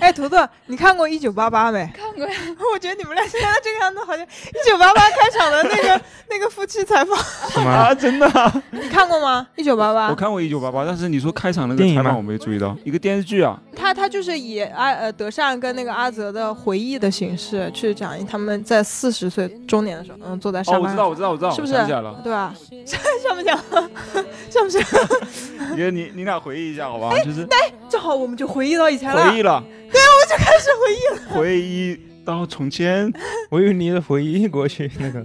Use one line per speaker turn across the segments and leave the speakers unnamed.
哎个，你看过《一九八八》没？
看过呀，
我觉得你们俩现在这个样子，好像《一九八八》开场的那个那个夫妻采访，
是吗？
啊，真的 啊、
你看过吗？《一九八八
啊
我》看过《一九八八》，但是你说开场那个
电影
采访
吗
我没注意到，一个电视剧啊，
他他就是以阿呃德善跟那个阿泽的回忆的形式去讲他们在四十岁中年的时候，嗯，坐在沙
哦，我
发上，
知道，我知道，我知道，
是不是
我想起来 了，
对吧？ 像不像？像不像？
你你你俩回忆一下好吧？
哎
就是
正好我们就回忆到以前了
回忆，了，
开始回忆了。
回忆到从前。
我以为你的回忆过 去那个，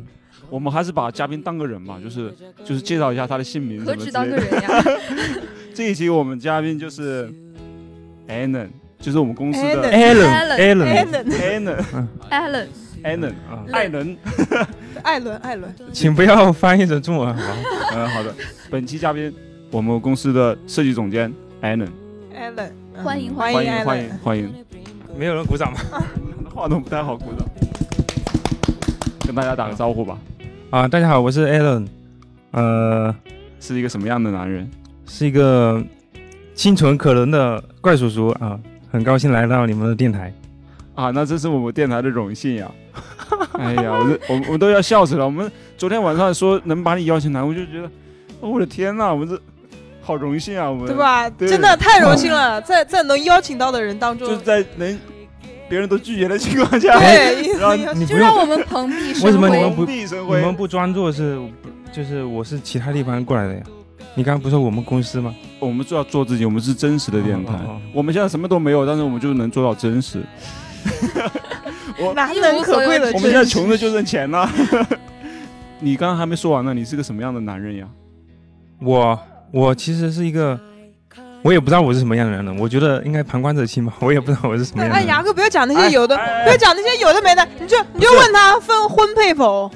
我们还是把嘉宾当个人吧，就是就是介绍一下他的姓名
何
什么
止
之
当
类的。
个人呀？
这一集我们嘉宾就是 Anon，就是我们公司的
Anon
Alan
Alan
Allen，
Anon
Alan，
Anon
啊，
艾伦。
艾伦，艾伦，
请不要翻译成中文好吧？
嗯，好的。本期嘉宾，我们公司的设计总监 Anon，
艾伦，嗯
欢迎
欢
欢
迎
迎欢迎
Alan。
欢迎。
没有人鼓掌吗？
话筒不太好鼓掌，跟大家打个招呼吧。
啊，大家好，我是 Alan，呃，
是一个什么样的男人？
是一个清纯可人的怪叔叔啊，很高兴来到你们的电台。
啊，那这是我们电台的荣幸 呀！哎呀，我这我我都要笑死了。我们昨天晚上说能把你邀请来，我就觉得，哦我的天呐，我们这好荣幸啊！我们
对？吧？
对
真的太荣幸了，在在能邀请到的人当
就是
中，
在能别人都拒绝的情况下，
对，
哎然后
邀
你
请
不用
就让我们蓬荜
为什
生
么你
辉
们。不
蓬荜生
你们
辉。
不装作是，就是我是其他地方过来的呀？你刚刚不是说我们公司吗？
我们就要做自己，我们是真实的电台
哦哦哦。
我们现在什么都没有，但是我们就能做到真实。
难能可贵的
我
真
们现在
实，
穷的就剩钱了。 你刚刚还没说完呢，你是个什么样的男人呀？
我我其实是一个，我也不知道我是什么样的人呢。我觉得应该旁观者清吧，我也不知道我是什么样的
哎，
人。
牙哥不要讲那些有的，
哎
不要讲那些有的没的，你就你就问他分婚配否，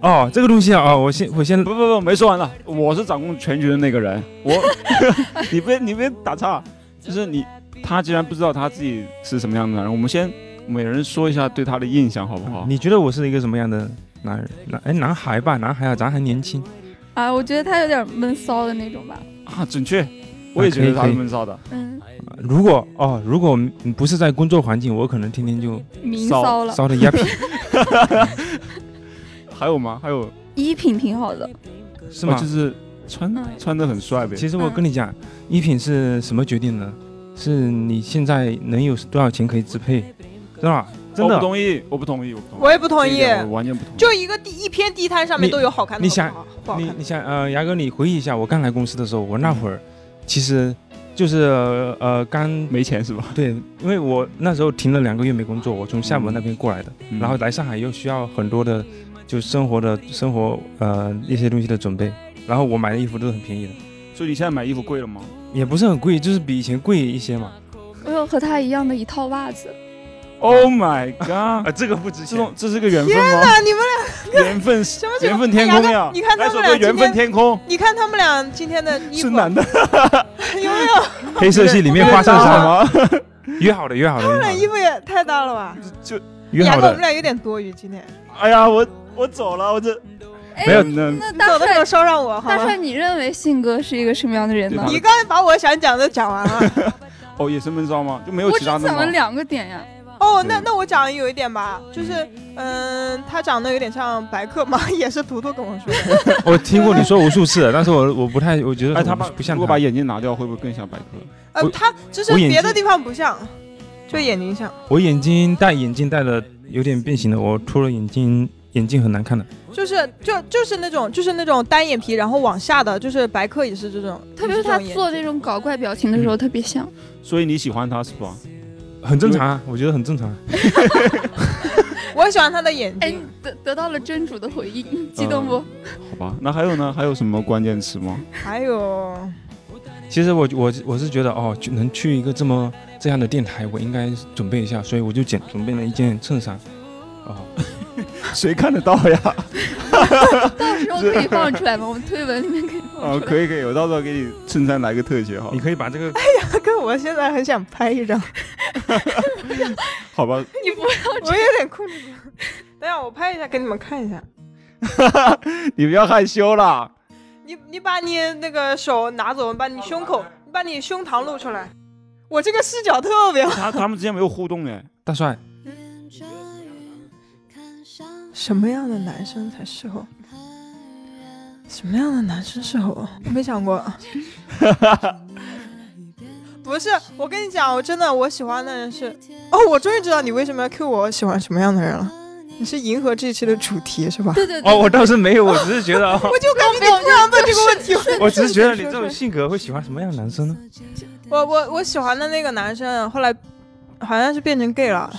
哦，这个东西啊，哦，我先我先
不不不，没说完了。我是掌控全局的那个人。我， 你别你别打岔，就是你，他既然不知道他自己是什么样的男人，我们先每人说一下对他的印象好不好？
你觉得我是一个什么样的男人？男哎，男孩吧，男孩啊，咱还年轻。
啊，我觉得他有点闷骚的那种吧。
啊，准确，我也觉得他
啊可以
是
可以
闷骚的。
嗯，
如果哦，如果嗯不是在工作环境，我可能天天就
明
骚
骚了。
骚的一屁，
还有吗？还有
衣品挺好的，
是吗
哦就？是穿
嗯
穿的很帅呗。
其实我跟你讲，衣品是什么决定的？是你现在能有多少钱可以支配，是吧？真
我
的
不，同意，我不同意，我不同意。
我也不同
这一
意。
点我完全不同意。
就一个地一片地摊上面
你
都有好看的，
你想
好不好
你
看的
你想呃，牙哥，你回忆一下，我刚来公司的时候，我那会儿其实就是呃呃刚
没钱是吧？
对，因为我那时候停了两个月没工作，我从厦门那边过来的，
嗯
然后来上海又需要很多的就生活的生活呃一些东西的准备，然后我买的衣服都是很便宜的，
所以你现在买衣服贵了吗？
也不是很贵，就是比以前贵一些嘛。
我有哎和他一样的一套袜子。
Oh my god！
这个不值
这种这是个缘分吗？
啊，你们
缘分是
什么情
缘
况？
分天空
哎牙
呀！
哥你看
来
他
首
们
歌
俩
《缘
今
分
天，
天空
你看他们俩今天的》衣服
是男的
有没有？
黑色系里面花衬衫吗？
吗？
约好的，约好的，
他们俩衣服也太大了吧？
就
约
牙
好
哥，我们
的。
俩有点多余今天。
哎呀，我我走了，我这
哎
没有
那
那
走
大
的时
帅
候，捎上我好
大
吗
帅，？你认为信哥是一个什么样的人呢
对？
你刚才把我想讲的讲完 了。
哦也是闷骚吗？就没有
我
其
只
他
讲
的
了
吗？
两个点呀。
哦，那
对
那我讲有一点吧，就是嗯，他长得有点像白客嘛， 也是图图跟我说的。
我听过你说无数次，但是我 我不太，我觉得
哎，他
我
把
不不
如
像
果
他
把。眼镜拿掉，会不会更像百科？
呃
我，
他只是
我眼
别的
睛哦
地方不像，就眼睛像。
我眼睛戴眼镜戴的有点变形的，我脱了眼镜，眼镜很难看的。
就是就就是那种就是那种单眼皮，然后往下的，就是白客也是这种，
特别是他
也这种眼
做那种搞怪表情的时候，特别像。
所以你喜欢他是吧？
很正常啊，我觉得很正常。
我喜欢他的眼
哎，
睛，
你得得到了真主的回应，激动不？
好吧，那还有呢？还有什么关键词吗？
还有
其实我我我是觉得哦，去能去一个这么这样的电台，我应该准备一下，所以我就准准备了一件衬衫。哦，
谁看得到 呀？
到时候可以放出来吗？我们推文里面可以
哦，
放出来。
可以可以，我到时候给你衬衫来个特写哈
你。可以把这个
哥，我现在很想拍 一张，
好吧，
你不要
我有点控制不了。等一下我拍一下给你们看一下。
你不要害羞啦。
你你把你那个手拿走，把你胸口，你把你胸膛露出来。我这个视角特别好。
他他们之间没有互动哎，
大帅，
什么样的男生才适合我？什么样的男生适合我？我没想过。 不是，我跟你讲，我真的我喜欢的人是……哦，我终于知道你为什么要 Q 我喜欢什么样的人了。你是迎合这一期的主题是 吧？
对对对，
哦，我倒是没有，我只是觉得 啊，
我就感觉你突然问这个问题，
我只是觉得你这种性格会喜欢什么样的男生呢？
我我我喜欢的那个男生后来好像是变成 gay 了，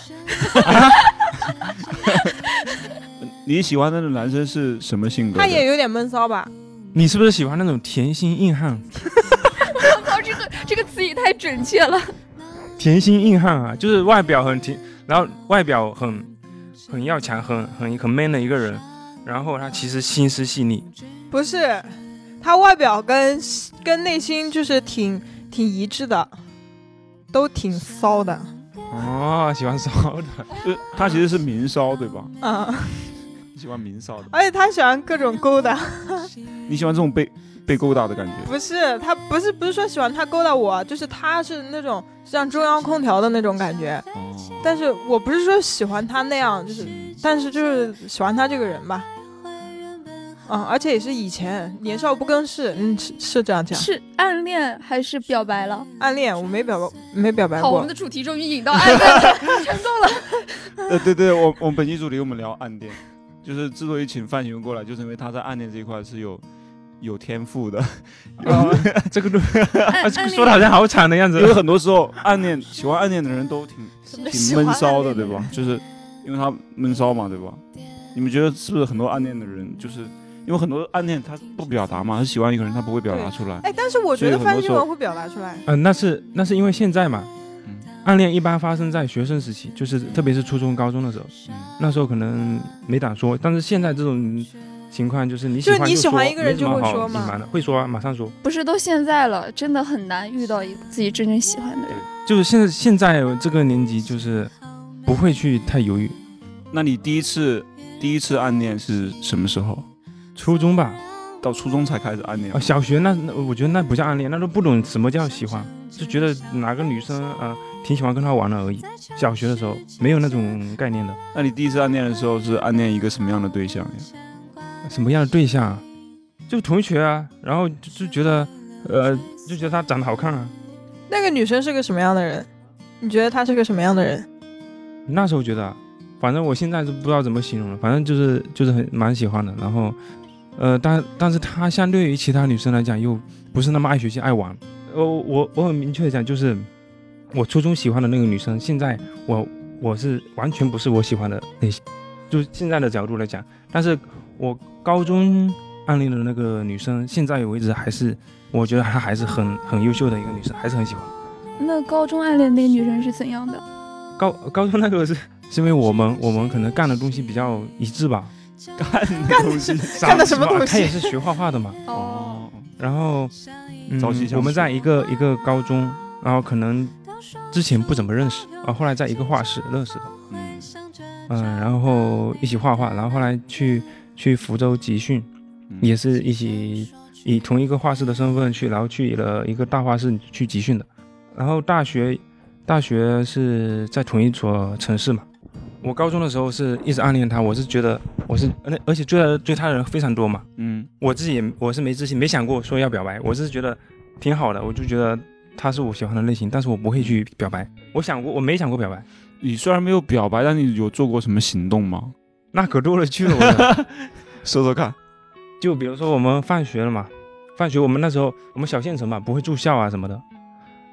你喜欢的那个男生是什么性格的？
他也有点闷骚吧？
你是不是喜欢那种甜心硬汉？
靠，这个这个词语太准确了。
甜心硬汉啊，就是外表很甜，然后外表很很要强，很很很 man 的一个人，然后他其实心思细腻，
不是，他外表跟跟内心就是挺挺一致的，都挺骚的
哦，喜欢骚的，
呃他其实是民骚对吧？
嗯
啊，
你喜欢民骚的，
而且他喜欢各种勾搭。
你喜欢这种被被勾搭的感觉？
不是，他不是不是说喜欢他勾搭我，啊就是他是那种像中央空调的那种感觉。
哦，
但是我不是说喜欢他那样，就是，但是就是喜欢他这个人吧。啊，而且也是以前年少不更事，嗯，是是这样讲。
是暗恋还是表白了？
暗恋我没表没表白
好，我
过
们，的主题终于引到暗恋了，成功了。
呃，对对，我我们本期主题我们聊暗恋，就是之所以请范闲过来，就是因为他在暗恋这一块是有有天赋的，
啊 这个都
暗
啊
暗
说的好
恋
像好惨的样
因
子。
为很多时候暗恋喜欢暗恋的人都挺挺闷骚的，对吧？就是因为他闷骚嘛，对吧？你们觉得是不是很多暗恋的人，就是因为很多暗恋他不表达嘛，他喜欢一个人他不会表达出来，
哎，但是我觉
所以
得
很
范
多
新
时候
文会表达出来。
嗯、那是那是因为现在嘛
嗯，
暗恋一般发生在学生时期，就是特别是初中、高中的时候，
嗯
那时候可能没敢说，但是现在这种情况就是你喜
就是
欢
你喜
说
欢一个人
没什么
就会
好
说
隐
嘛
瞒的会说啊，马上说。
不是都现在了，真的很难遇到一个自己真正喜欢的人。
就是现在现在这个年纪，就是不会去太犹豫。
那你第一次第一次暗恋是什么时候？
初中吧，
到初中才开始暗恋
啊，？小学那那我觉得那不叫暗恋，那都不懂什么叫喜欢，就觉得哪个女生啊、呃挺喜欢跟她玩的而已。小学的时候没有那种概念的，
那你第一次暗恋的时候是暗恋一个什么样的对 象呀？
什么样的对象、啊，就同学啊，然后就就觉得，呃，就觉得她长得好看啊。
那个女生是个什么样的人？你觉得她是个什么样的人？
那时候觉得啊，反正我现在是不知道怎么形容了，反正就是就是很蛮喜欢的。然后，呃，但但是她相对于其他女生来讲，又不是那么爱学习爱玩。呃，我我很明确的讲，就是我初中喜欢的那个女生，现在我我是完全不是我喜欢的类型，就是现在的角度来讲。但是我高中暗恋的那个女生，现在为止还是我觉得她还是很很优秀的一个女生，还是很喜欢。
那高中暗恋那个女生是怎样的？
高高中那个是 是因为我们我们可能干的东西比较一致吧，
干的东西
干的什么东西
他也是学画画的嘛。
哦，
然后，嗯
朝夕相，处
我们在一个一个高中，然后可能之前不怎么认识，啊，后来在一个画室认识的，
嗯，
嗯，然后一起画画，然后后来去去福州集训，
嗯
也是一起以同一个画室的身份去，然后去了一个大画室去集训的。然后大学，大学是在同一所城市嘛。我高中的时候是一直暗恋他，我是觉得我是那而且追他追他的人非常多嘛，
嗯，
我自己也我是没自信，没想过说要表白，我是觉得挺好的，我就觉得他是我喜欢的类型，但是我不会去表白。我想过，我没想过表白，
你虽然没有表白，但你有做过什么行动吗？
那可多了去了。我的
说说看。
就比如说我们放学了嘛，放学我们那时候我们小县城嘛，不会住校啊什么的，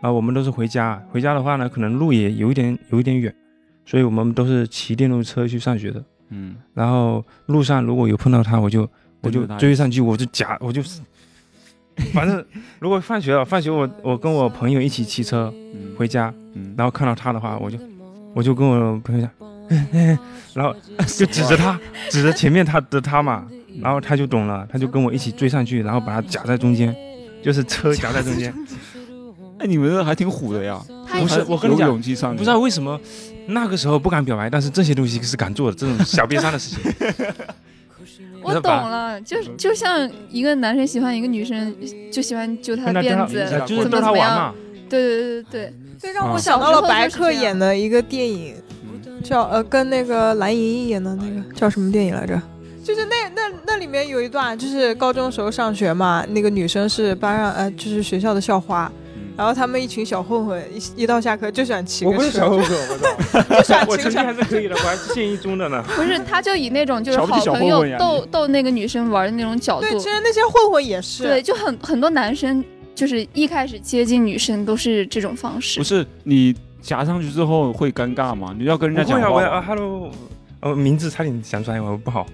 啊，我们都是回家。回家的话呢，可能路也有一点有一点远，所以我们都是骑电动车去上学的。
嗯，
然后路上如果有碰到他，我就我就
跟着他
追上去，我就夹，我就，反正如果放学了，放学我我跟我朋友一起骑车
嗯
回家，
嗯
然后看到他的话，我就我就跟我朋友讲，然后就指着 他，指着前面他的他嘛，然后他就懂了，他就跟我一起追上去，然后把他夹在中间，就是车夹在中 间。
哎，你们还挺虎的呀！
他
嗯不是
还
我跟你讲
有勇气上去，
不知道为什么那个时候不敢表白，但是这些东西是敢做的，这种小瘪三的事情。
我懂了，就是就像一个男生喜欢一个女生，就喜欢揪她
跟
的
他跟
辫
他
子，
就是
怎么
逗
怎
他
么
玩
样？
嘛，
对对对对对，对，让我
啊
想到了白客
客
演的一个电影，
嗯
叫呃，跟那个蓝盈莹演的那个叫什么电影来着？就是那那那里面有一段，就是高中时候上学嘛，那个女生是班上呃，就是学校的校花，然后他们一群小混混一一到下课就喜欢骑个
我不是
车
小混 混，我操！
就喜欢
我
骑
成
个车，
绩还是可以的，我还是县一中的呢。
不是，他就以那种就是
瞧不
好
起小
朋
混
友
混呀
逗逗那个女生玩的那种角度
对，，其实那些混混也是，
对，就很很多男生就是一开始接近女生都是这种方式
不。是你夹上去之后会尴尬吗？你要跟人家讲
不会啊，我
话
要啊
吗，
，hello，哦，名字差点想出来，我 不好。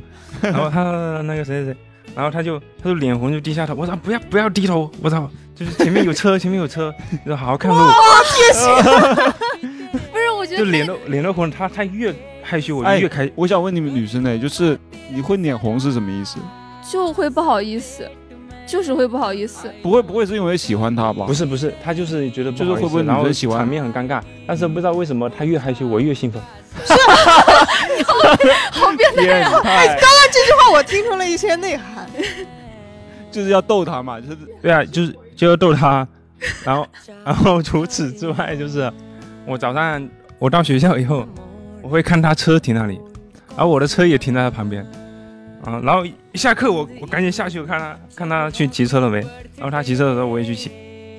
然后他那个谁谁谁，然后他就他就脸红就低下头，我操，不要不要低头，我操，就是前面有车， 前面有车，你说好好看路，哦
不是，我觉
就
得
脸
那
都脸都红了，他他越害羞我就
哎
越开，
我想问你们女生呢，就是你会脸红是什么意思？
就会不好意思，就是会不好意思。
不会不会是因为喜欢他吧
不？是不是，他就是觉得不
就是
好意
会
思
不会女
然后
生喜欢
场面很尴尬，但是不知道为什么他越害羞我越兴奋，
好变态！啊
变态，
哇，我听出了一些内涵。
就是要逗他嘛， 就是
对啊，就是就要逗他，然 后然后除此之外就是，我早上我到学校以后，我会看他车停那里，然后我的车也停在他旁边，啊，然后一下课我我赶紧下去我看他看他去骑车了没，然后他骑车的时候我也去骑，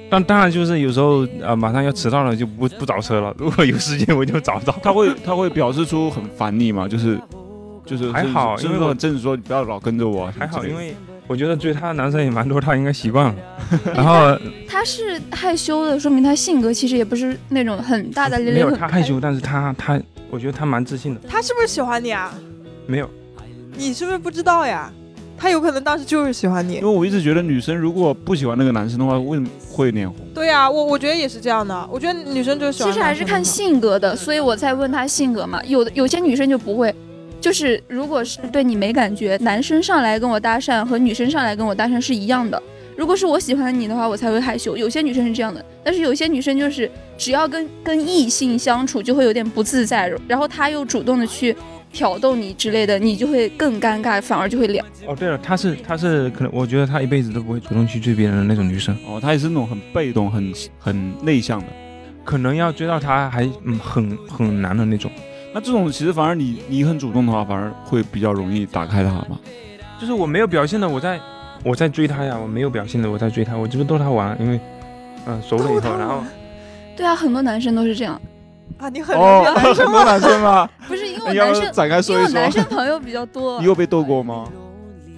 但当然就是有时候啊、呃马上要迟到了就不不找车了，如果有时间我就找到。
他会他会表示出很烦你嘛，就是就是
还好
就是
因
是不
为
是
我
很正式说你不要老跟着我啊，
还好，
什么之类
因
的
为我觉得追他的男生也蛮多，他应该习惯 了。然后
他是害羞的，说明他性格其实也不是那种很大大咧
没
咧。
有
很
他
开
害羞，但是他他，我觉得他蛮自信的。
他是不是喜欢你啊？
没有，
你是不是不知道呀？他有可能当时就是喜欢你
因。为我一直觉得女生如果不喜欢那个男生的话，为什么会脸红？
对呀、我我觉得也是这样的。我觉得女生就喜欢
其
男生的。
实还是看性格的，所以我在问他性格嘛。有的有些女生就不会，就是如果是对你没感觉，男生上来跟我搭讪和女生上来跟我搭讪是一样的。如果是我喜欢你的话，我才会害羞。有些女生是这样的，但是有些女生就是只要跟跟异性相处就会有点不自在，然后他又主动的去挑逗你之类的，你就会更尴尬，反而就会脸。
哦，对了，他是他是可能，我觉得他一辈子都不会主动去追别人的那种女生，
哦，她也是那种很被动、很很内向的。
可能要追到他还嗯很很难的那种。
那这种其实反而你你很主动的话，反而会比较容易打开他嘛。
就是我没有表现的，我在我在追他呀，我没有表现的，我在追他，我就是逗他玩，因为嗯、熟了以
逗他
后，
玩
然后
对啊，很多男生都是这样，
啊，你很了解男
哦 很
生
多
吗？
男生吗？
不是因为我
你要
啊男
不
生
要，展开说
因为
一
我男
说？
生啊朋友比较 多
你。有被逗过吗？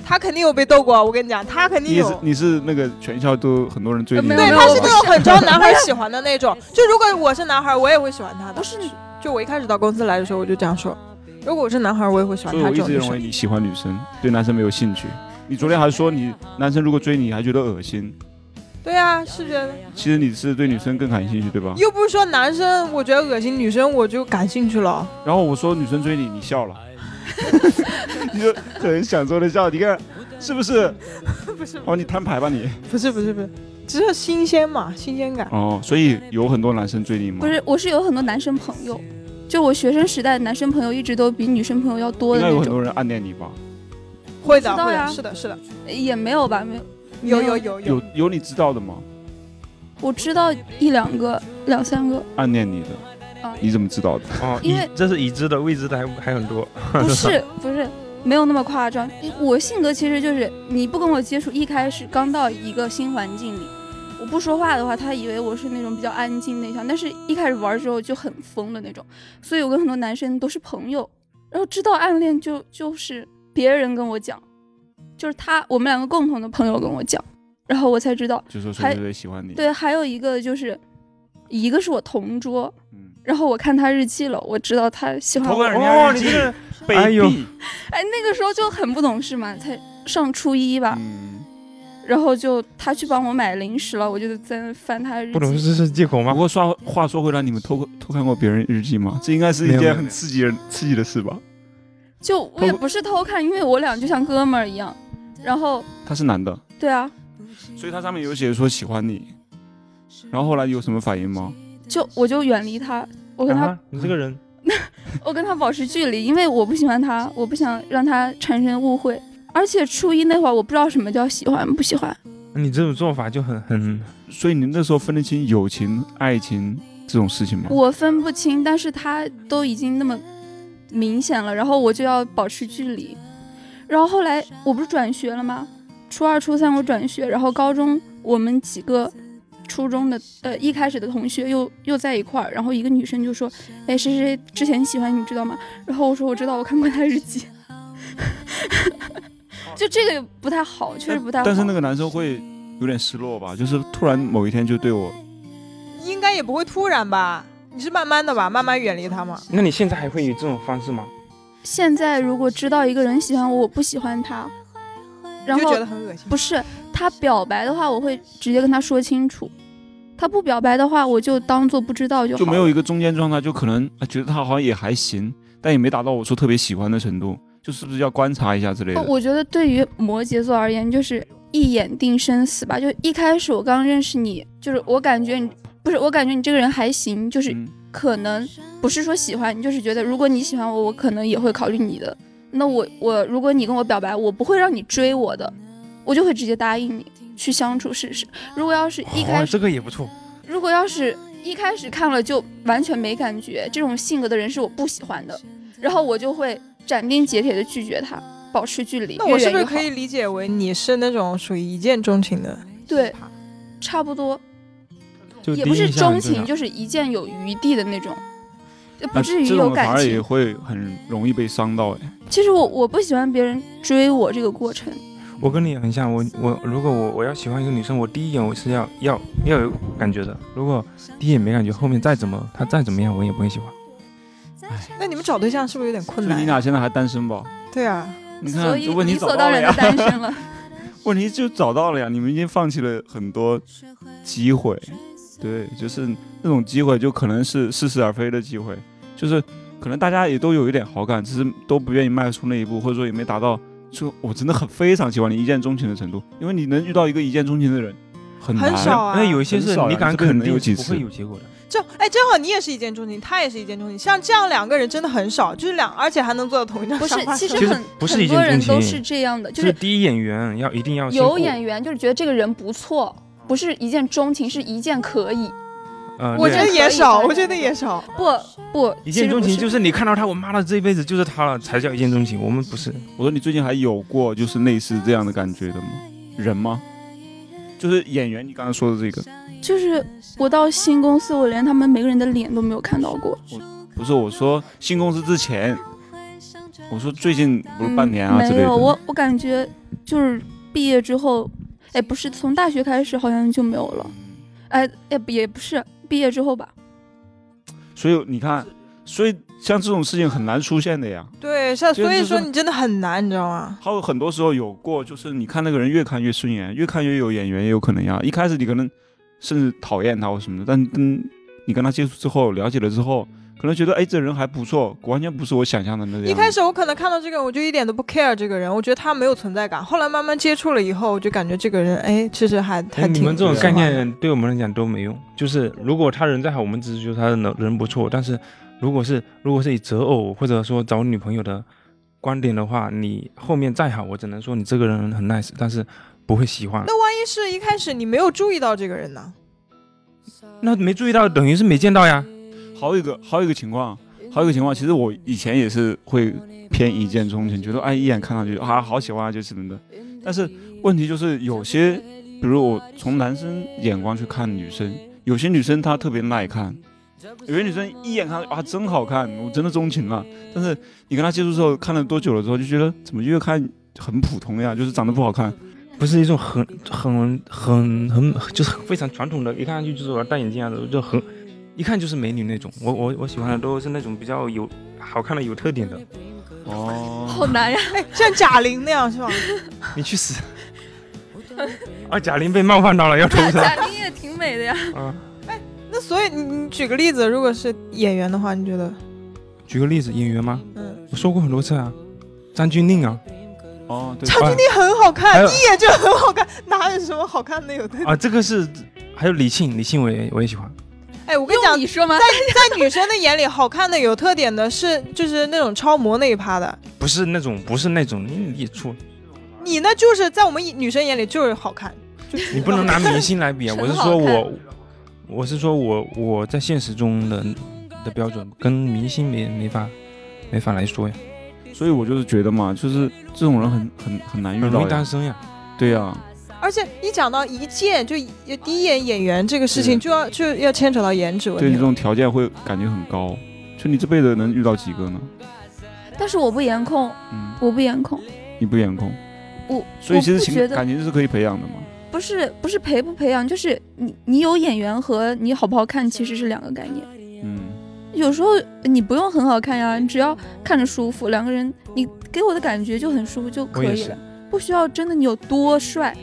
他肯定有被逗过啊，我跟你讲，他肯
你
定
也
有
是。你是那个全校都很多人追你的啊那
没有
对，他
种吗，
没有
是那种很招男孩喜欢的那种。就如果我是男孩，我也会喜欢他的。
不是你
就我一开始到公司来的时候，我就这样说。如果我是男孩，我也会喜欢
所以
他
我
这
一
种
直
女
认
生
为。你喜欢女生，对男生没有兴趣。你昨天还说你男生如果追你还觉得恶心，
对啊，是觉得
其实你是对女生更感兴趣，对吧？
又不是说男生我觉得恶心，女生我就感兴趣了。
然后我说女生追你，你 笑了，你就很享受的笑，你看是不是？
不是
哦，你摊牌吧你。
不是不是不是，只是新鲜嘛，新鲜感。
哦，所以有很多男生追你吗？
不，是，我是有很多男生朋友，就我学生时代的男生朋友一直都比女生朋友要多
应
的
该有
那
很
种，
多人暗恋你吧？
会的
知道
会的，
呀
是的是的，
也没有吧，没有，
有
没
有有
有，有你知道的吗？
我知道一两个、两三个，
暗恋你的，
啊
你怎么知道的？
哦，
因
已
为哦
这是已知的，未知的还还很多。
不是不是，没有那么夸张。我性格其实就是，你不跟我接触，一开始刚到一个新环境里，我不说话的话，他以为我是那种比较安静内向，但是一开始玩之后就很疯的那种，所以我跟很多男生都是朋友，然后知道暗恋就就是别人跟我讲，就是他我们两个共同的朋友跟我讲，然后我才知道。
就说谁
还
谁谁喜欢你。，
对，还有一个就是，一个是我同桌，
嗯，
然后我看他日记了，我知道他喜欢
偷
我
看。人家
哦
日
你
记
这个，哎
卑
呦
鄙。
哎，那个时候就很不懂事嘛，才上初一吧，
嗯，
然后就他去帮我买零食了，我就在那翻他日
不懂
记。
事是借口
不
吗？
过说话说回来，你们偷过偷看过别人日记吗？这应该是
没
一
有没
件
有
很刺激的刺激的事吧？
就我也
偷
不是偷看，因为我俩就像哥们儿一样。然后，
他是男的，
对啊，
所以他上面有写说喜欢你，然后后来有什么反应吗？
就我就远离他，我跟他、
啊，你这个人，
我跟他保持距离，因为我不喜欢他，我不想让他产生误会。而且初一那会儿，我不知道什么叫喜欢不喜欢，
你这种做法就很很
所以你那时候分得清友情、爱情、这种事情吗？
我分不清，但是他都已经那么明显了，然后我就要保持距离。然后后来我不是转学了吗？初二、初三我转学，然后高中我们几个初中的呃一开始的同学又又在一块儿，然后一个女生就说：“哎，谁谁谁之前喜欢你知道吗？”然后我说：“我知道，我看过他日记。”就这个不太好，确实不太好。
但是那个男生会有点失落吧，就是突然某一天就对我，
应该也不会突然吧？你是慢慢的吧，慢慢远离他嘛。
那你现在还会以这种方式吗？
现在如果知道一个人喜欢我，我不喜欢他，然
就
后
觉得很恶心。
不是他表白的话，我会直接跟他说清楚；他不表白的话，我就当做不知道就好
就
了。
没有一个中间状态，就可能啊觉得他好像也还行，但也没达到我说特别喜欢的程度，就是不是要观察一下之类的？
哦我觉得对于摩羯座而言，就是一眼定生死吧。就一开始我刚认识你，就是我感觉你不是，我感觉你这个人还行，就是
嗯
可能不是说喜欢你，就是觉得如果你喜欢我，我可能也会考虑你的。那我我如果你跟我表白，我不会让你追我的，我就会直接答应你去相处试试。如果要是一开
哦
始，
这个也不错。
如果要是一开始看了就完全没感觉，这种性格的人是我不喜欢的，然后我就会斩钉截铁的拒绝他，保持距离。
那我
越
是
远
不是
越
可
好
以理解为你是那种属于一见钟情的？
对，差不多，
就
也
第
不
一
是
印象
钟
很重
情，
要
就是一见有余地的那种，就
那
啊
不至于
这
有
种
感
反而也
情。
会很容易被伤到哎。
其实我我不喜欢别人追我这个过程，
我跟你很像，我我如果我我要喜欢一个女生，我第一眼我是要要要有感觉的。如果第一眼没感觉，后面再怎么她再怎么样，我也不会喜欢。
那你们找对象是不是有点困
所以你
难？
俩现在还单身吧？
对啊，
你
所
看，
以
这问题
理
找
所
到
当
了
然的
呀，
单 身了。
问题就找到了呀。你们已经放弃了很多机会，对，就是那种机会就可能是似是而非的机会，就是可能大家也都有一点好感，只是都不愿意迈出那一步，或者说也没达到说我真的很非常喜欢你一见钟情的程度，因为你能遇到一个一见钟情的人很难，
很少啊。
那有一些
很
是
少呀
你敢
这个
肯
能
定
有几
不
次
会有结果的。
就哎，正好你也是一见钟情，他也是一见钟情，像这样两个人真的很少，就是两，而且还能坐在同一张
不是
沙，发
其
上。
实
其实
很
不是一
很
见
多人
钟
都
情
是这样的，就
就是第一眼缘要一定要先
有
过
眼缘，就是觉得这个人不错，不是一见钟情，是一见可以。
呃，
我
对
觉得
可以
也少，
的
我觉得也少。
不不，
一见钟
其
情
实不
就是是你看到他，我妈的这一辈子就是他了，才叫一见钟情。我们不是，
我说你最近还有过就是类似这样的感觉的吗？人吗？就是演员，你刚才说的这个，
就是我到新公司，我连他们每个人的脸都没有看到过。
不是我说新公司之前，我说最近不是半年啊之
嗯没
类的。
有，我我感觉就是毕业之后，哎，不是从大学开始好像就没有了，哎哎不也不是毕业之后吧，
所以你看，所以像这种事情很难出现的呀。
对，像
就是
所以
就是
说你真的很难，你知道吗？
还有很多时候有过，就是你看那个人越看越顺眼，越看越有眼缘也有可能呀。一开始你可能甚至讨厌他或什么的，但跟你跟他接触之后，了解了之后，可能觉得哎这人还不错，完全不是我想象的那样。
啊
一开始我可能看到这个人，我就一点都不 care 这个人，我觉得他没有存在感。后来慢慢接触了以后，我就感觉这个人，哎，其实还还
哎，
挺。
你们这种
挺
概
好的
念对我们来讲都没用。就是如果他人再好，我们只是觉得他人人不错。但是如果是如果是以择偶或者说找女朋友的观点的话，你后面再好，我只能说你这个人很 nice，但是不会喜欢。
那万一是一开始你没有注意到这个人呢？
那没注意到，等于是没见到呀。
还有一个，还有一个情况，还有一个情况，其实我以前也是会偏一见钟情，觉得哎一眼看上去啊好喜欢啊就是什么的。但是问题就是有些，比如我从男生眼光去看女生，有些女生她特别耐看，有些女生一眼看上去啊真好看，我真的钟情了。但是你跟她接触之后，看了多久了之后，就觉得怎么越看很普通呀，就是长得不好看。
不是一种很很很很就是非常传统的，一看上去就是我要戴眼镜啊，就很一看就是美女那种。我我我喜欢的都是那种比较有好看的、有特点的。
哦，
好难 呀。
哎，像贾玲那样是吧？
你去死！啊，贾玲被冒犯到了，要投
贾
她。
贾玲也挺美的呀，
啊，
那所以你你举个例子，如果是演员的话，你觉得，
举个例子，演员吗？
嗯，
我说过很多次啊，张钧甯啊，
哦，对，
张钧甯很好
还
看，
有
一眼就很好看，哪有什么好看的有的？
哎啊，这个是，还有李沁，李沁我也我也喜欢。
哎，我
不
跟你讲
用，你说吗？
在女生的眼里，好看的有特点的是就是那种超模那一趴的，
不是那种，不是那种，你你错，
你呢就是在我们女生眼里就是好看，就
你不能拿明星来比啊！我
纯
是
好
说
看
我，我是说我我在现实中的的标准跟明星没没法没法来说呀，
所以我就是觉得嘛，就是这种人很很很难
很
遇到
容易单
呀。
身呀。
对呀、
而且一讲到一见就一第一眼演员这个事情，
是
就要就要牵扯到颜值问
对
题
你这
了。
种条件会感觉很高，就你这辈子能遇到几个呢？
但是我不颜控，
嗯，
我不颜控，
你不眼控，
我
所以其实
我不觉
情
得
感情是可以培养的嘛。
不是不是培不培养，就是你你有眼缘和你好不好看其实是两个概念。
嗯，
有时候你不用很好看呀，你只要看着舒服，两个人你给我的感觉就很舒服就可
我也
以
是
了，不需要真的你有多帅。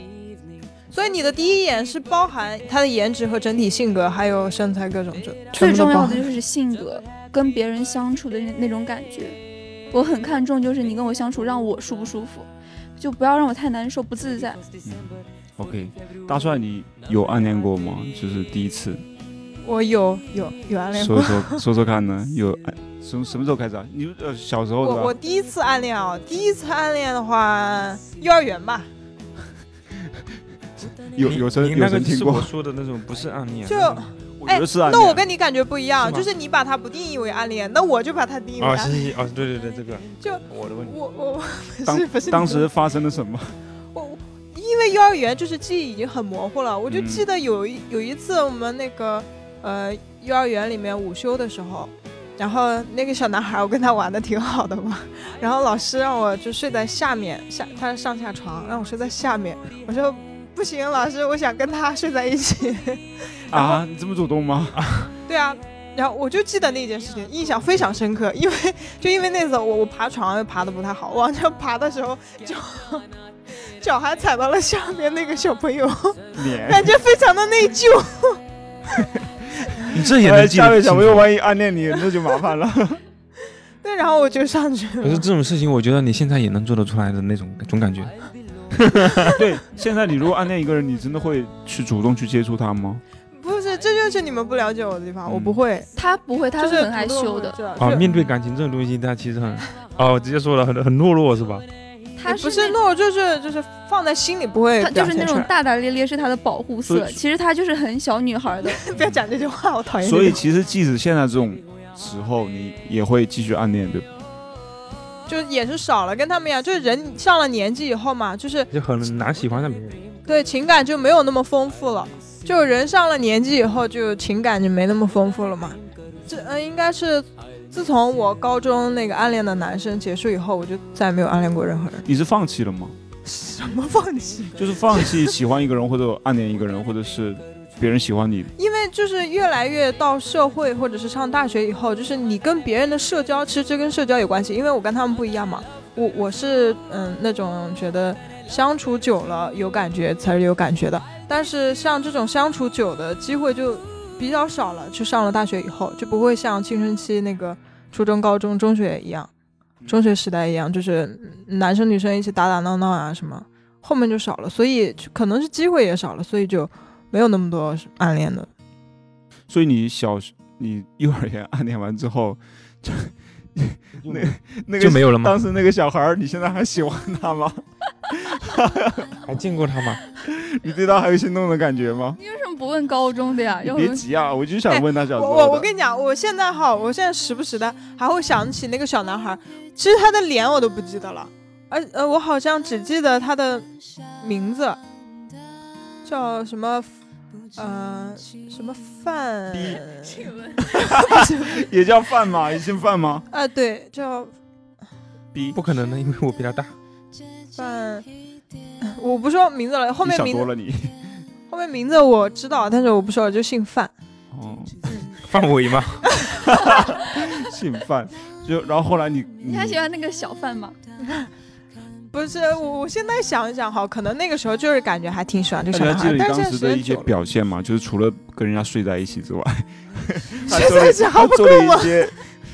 所以你的第一眼是包含他的颜值和整体性格，还有身材各种这
最重要的
是
就是性格，跟别人相处的那那种感觉，我很看重，就是你跟我相处让我舒不舒服，就不要让我太难受不自在。
OK，大帅，你有暗恋过吗？就是第一次，
我有有有啊暗恋过。
说说说说看呢？有暗什么什么时候开始啊？你呃小时候
我
的
我
吧？
第一次暗恋啊，第一次暗恋的话，幼儿园吧，
有有
你
曾
你那
有
个
曾听
是我
过？
说的那种，不是暗啊恋。
就
我
哎
觉得是暗
那我
恋。
跟你感觉不一样，
是吗
就是你把它不定义为暗恋，那我就把它定义为
啊，
暗
是
恋。
是哦，对对对，这个
就
我的问题。
我我 不
当
是不是你
当时发生了什么？
我因为幼儿园就是记忆已经很模糊了，我就
嗯
记得有一、有一次我们那个呃幼儿园里面午休的时候，然后那个小男孩我跟他玩的挺好的嘛， 然后老师让我就睡在下面下他是上下床让我睡在下面，我说不行，老师我想跟他睡在一起，然后
啊，你这么主动吗？
对啊。然后我就记得那件事情，印象非常深刻，因为就因为那次我我爬床爬的不太好，往上爬的时候脚脚还踩到了下面那个小朋友，
脸。
感觉非常的内疚。
你这也
哎
能记
下
得
面小
清
朋
楚
友万一暗恋你，那就麻烦了。
对，然后我就上去
可是
了。
这种事情，我觉得你现在也能做得出来的那种种感觉。
对，现在你如果暗恋一个人，你真的会去主动去接触他吗？
不是，这就是你们不了解我的地方，
嗯
我不会，
他不会，他
就是
很害羞的，
啊，
啊
面对感情这种东西，他其实很，哦，直接说了，很很懦弱是吧？
他
不
是
是懦弱，就是就是放在心里不会
他
表
就是
现
那
出
种
来。
大大咧咧是他的保护
所以
色，其实他就是很小女孩的。
不要讲这句话，我讨厌这
所
句
以
话。
其实即使现在这种时候，你也会继续暗恋，对吧？
就也是少了，跟他们一样，就是人上了年纪以后嘛，就是
就很难喜欢上别人。
对情感就没有那么丰富了。就人上了年纪以后，就情感就没那么丰富了嘛。这嗯、呃，应该是自从我高中那个暗恋的男生结束以后，我就再也没有暗恋过任何人。
你是放弃了吗？
什 么放弃？
就是 放弃喜欢一个人，或者暗恋一个人，或者是别人喜欢你。
因为就是越来越到社会或者是上大学以后，就是你跟别人的社交，其实这跟社交有关系，因为我跟他们不一样嘛。我我是嗯那种觉得相处久了有感觉才是有感觉的，但是像这种相处久的机会就比较少了。去上了大学以后，就不会像青春期那个初中、高中、中学一样，中学时代一样，就是男生女生一起打打闹闹啊什么，后面就少了，所以就可能是机会也少了，所以就没有那么多暗恋的。
所以你小学你幼儿园暗恋完之后，就那那个
就没有了吗
当时那个小孩儿，你现在还喜欢他吗？
还见过他吗？
你对他还有心动的感觉吗？
你为什么不问高中的呀？
你
要
别
问
急啊，我就想问他小时
哎我
候
我我
的
跟你讲，我现在哈，我现在时不时的还会想起那个小男孩，其实他的脸我都不记得了，而呃，我好像只记得他的名字，叫什么，呃，什么范，
也叫范吗？也姓范吗？
啊，对，叫
逼，
不可能的，因为我比他大。
范，我不说名字了，后
你
面
想
名
多
字
了你。
后面名字我知道，但是我不说，就姓范。
哦，
范围嘛，
姓范，就然后后来你
你还喜欢那个小范吗？
不是我，我现在想一想哈，可能那个时候就是感觉还挺喜欢这个
大
小
家
男
记得
孩，
你
但是
当
现在
时
时
的
间
一些
久了
表现嘛？就是除了跟人家睡在一起之外，他
实
做了
在是毫不
他做
够
了
啊
一些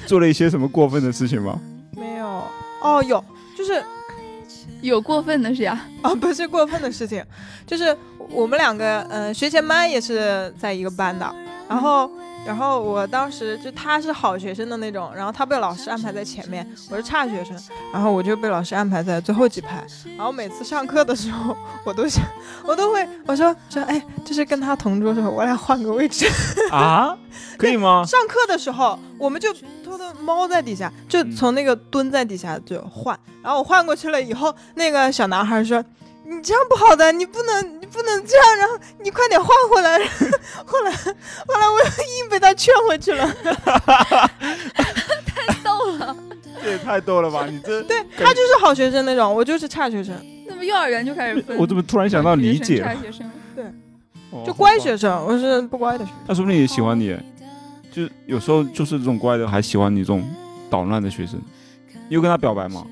做了一些什么过分的事情吗？
没有哦，有就是
有过分的是呀，
啊，不呃是过分的事情，就是我们两个，嗯、学前班也是在一个班的，然后然后我当时就他是好学生的那种，然后他被老师安排在前面，我是差学生，然后我就被老师安排在最后几排，然后每次上课的时候，我都想 我都会我说说哎，就是跟他同桌的时候，我俩换个位置。
啊，可以吗？
上课的时候，我们就偷偷猫在底下，就
嗯
从那个蹲在底下就换。然后我换过去了以后，那个小男孩说：“你这样不好的，你不能，你不能这样，然后你快点换回 来。”后来，后来我又硬被他劝回去了。
逗了，
这也太逗了吧！你 这
对他就是好学生那种，我就是差学生，
那么幼儿园就开始分。
我怎么突然想到理解
差
了？
学生，
哦
就乖学生，我是不乖的学生。
那说不定也喜欢
哦
你，就是有时候就是这种乖的还喜欢你这种捣乱的学生。你有跟他表白吗？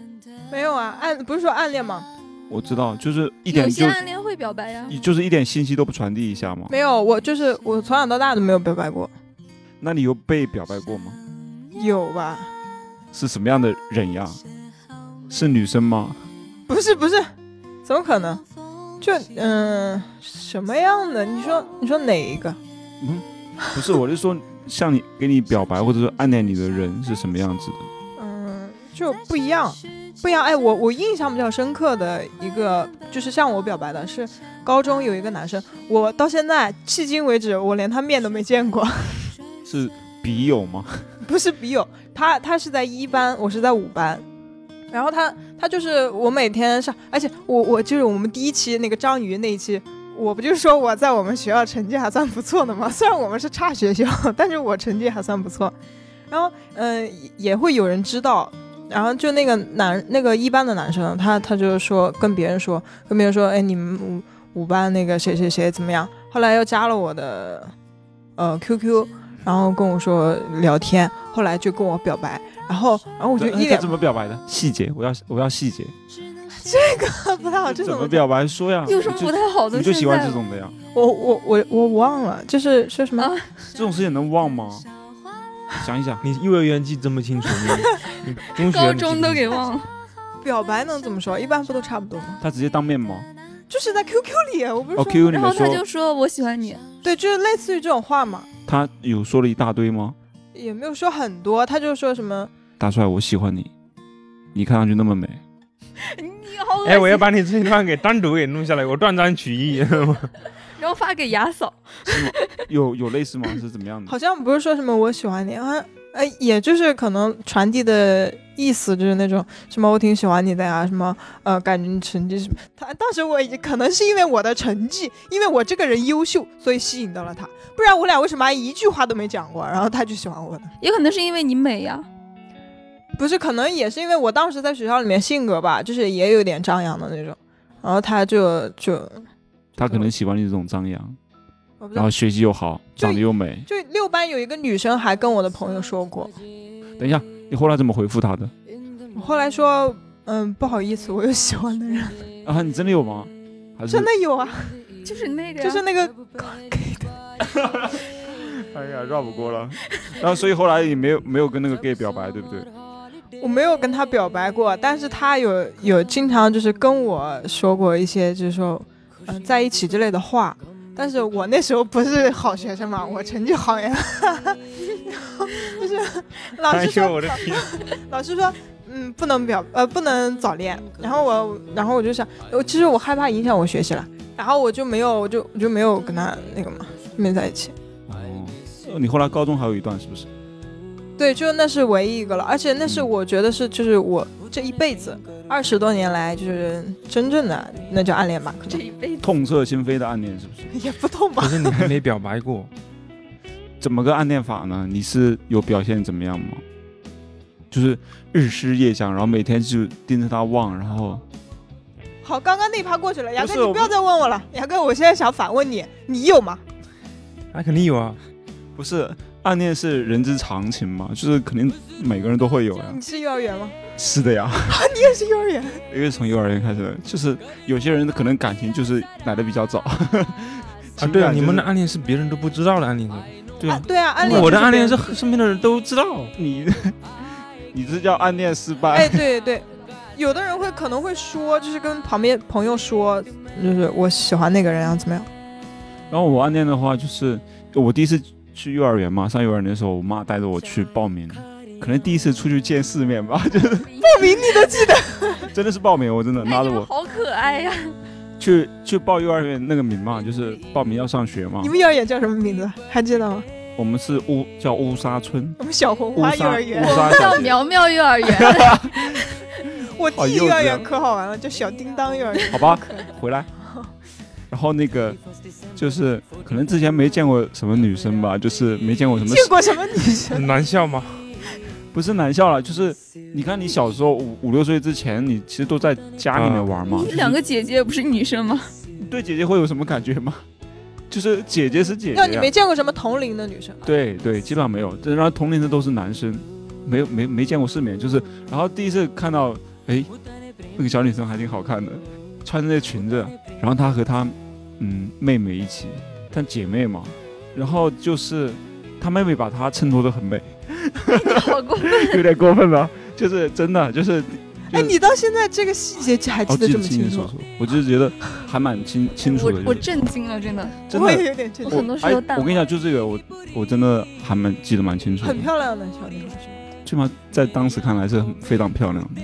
没有啊，暗不是说暗恋吗？
我知道，就是一
有
点
些
就
啊
暗恋会表白呀。
你就是一点信息都不传递一下吗？
没有，我就是我从小到大都没有表白过，
那你有被表白过吗？
有吧？
是什么样的人呀？是女 生吗？
不是不是，怎么可能？就嗯、什么样的？你说你说哪一个？
嗯，不是，我是说向你给你表白或者说暗恋你的人是什么样子的？
嗯、就不一样，不一样。哎，我我印象比较深刻的一个就是向我表白的是高中有一个男生，我到现在迄今为止我连他面都没见过，
是笔友吗？
不是笔友，他他是在一班，我是在五班。然后他他就是我每天上，而且我我就是我们第一期那个章鱼那一期，我不就是说我在我们学校成绩还算不错的吗？ 虽然我们是差学校，但是我成绩还算不错。然后嗯、呃也也会有人知道。然后就那个男那个一班的男生，他他就说跟别人说，跟别人说，哎，你们五五班那个谁谁谁怎么样？后来又加了我的呃 QQ，然后跟我说聊天，后来就跟我表白，然后然后我就
对哎
一
他
脸
怎么表白的？细节，我要我要细节。
不太好，这
嗯怎
怎
么
么
表白？说呀，
有什么
你就
不太好的？
你就喜
现在
欢这种的呀？
我我我我忘了，就是说什么、
啊
这种事情能忘吗？想一想，
你幼儿园记这么清楚，你 你中学
高
你记
中
不
都
清
给
楚
忘了。
表白能怎么说？一般不都差不多吗？
他直接当面吗？
就是在 QQ 里，我不是说、
哦，QQ 里
然后
面
他就
说
说我喜欢你，
对，就是类似于这种话嘛，
他有说了一大堆吗？
也没有说很多，他就说什么
大帅，我喜欢你，你看上去 那么美。
你好恶心。
哎，我要把你这一段给单独给弄下来，我断章取 义。
然后发给牙嫂。
有有类似吗？是怎么样的
好？像不是说什么我喜欢你，好像呃，也就是可能传递的意思就是那种什么我挺喜欢你的呀、什么呃，感觉你成绩什么。他当时我已经可能是因为我的成绩，因为我这个人优秀，所以吸引到了他，不然我俩为什么还一句话都没讲过，然后他就喜欢我呢？
也可能是因为你美啊呀，
不是，可能也是因为我当时在学校里面性格吧，就是也有点张扬的那种，然后他就就
他可能喜欢你这种张扬，
我不知道
然后。学习又好，
就
长得又美。
就六班有一个女生还跟我的朋友说过，
等一下，你后来怎么回复他的？
我后来说，嗯，不好意思，我有喜欢的人，
啊，你真的有吗？还是
真的有啊，
就是那个呀，
就是那个
哎呀，绕不过了。 然后所以后来也没有没有跟那个 gay 表白，对不对？
我没有跟他表白过，但是他有有经常就是跟我说过一些就是说，嗯、在一起之类的话。但是我那时候不是好学生嘛，我成绩好呀， 就是老
哎
师
呦
说
我的 天！
老师说，嗯，不能表呃不能早恋。然后我然后我就想，我其实我害怕影响我学习了，然后我就没有我就我就没有跟他那个嘛，没在一起。
哦，呃你后来高中还有一段是不是？
对，就那是唯一一个了，而且那是
嗯
我觉得是就是我这一辈子二十多年来就是真正的那叫暗恋吧，可
这
能
一辈子
痛彻心扉的暗恋是不是？
也不痛吧
可。是你还没表白过，
怎么个暗恋法呢？你是有表现怎么样吗？就是日思夜想，然后每天就盯着他望，然后
好，刚刚那趴过去了，牙
不
哥
是
你
我
不要
不
再问我了，牙哥我现在想反问你，你有吗？
那肯定有啊。
不是暗恋是人之常情嘛，就是肯定每个人都会有呀
你。是幼儿园吗？
嗯是的呀，
你也是幼儿园，
因为从幼儿园开始的，就是有些人可能感情就是来的比较早。
啊，
情感
对啊，
就是
你们的暗恋是别人都不知道的暗恋者，
对啊
啊，对啊，暗恋
我
就
的暗恋
别
是身边的人都知道。
你你这叫暗恋失 败。
哎，对对，有的人会可能会说，就是跟旁边朋友说，就是我喜欢那个人啊，怎么样？
然后我暗恋的话，就是我第一次去幼儿园嘛，上幼儿园的时候，我妈带着我去报名，可能第一次出去见世面吧， 就是
报名你都记得，
真的是报名，我真的
哎
拉
你
着
们
我
好可爱呀！
去去报幼儿园那个名嘛，就是报名要上学嘛
你。们幼儿园叫什么名字？还记得吗？
我们是乌叫乌沙村，
我们小红
乌
花幼
沙
儿园
乌，沙小
叫
学，
苗苗幼儿园，
我
好
第一
幼
幼儿
啊稚啊
园可好玩了，叫小叮当幼儿园。
好吧，回来。然后那个就是可能之前没见过什么女生吧，就是没见过什么
见过什么女生？
很难笑吗？
不是男校了，就是你看你小时候五五六岁之前，你其实都在家里面玩嘛。
你
就是
两个姐姐不是女生 吗？
你对姐姐会有什么感觉吗？ 就是姐姐是姐姐、
那你
啊
没，见过什么同龄的女生？
对对，基本上没有。然后同龄的都是男生，没有没没见过世面，就是然后第一次看到，哎，那个小女生还挺好看的，穿着那裙子，然后她和她嗯妹妹一起，但姐妹嘛，然后就是她妹妹把她衬托的很美，
好过分，
有点过分了，就是真的就是
哎，你到现在这个细节记还记
哦，
得这么
清
清
楚
楚，，
我就是觉得还蛮清清楚
我
的，
我
就是
震惊了，真的，
真
我
的
也有点震
我
惊。
很多时候淡
我跟你讲，就这个我我真的还蛮记得蛮清楚的
很，漂亮的小女生，
最起码在当时看来是很非常漂亮的，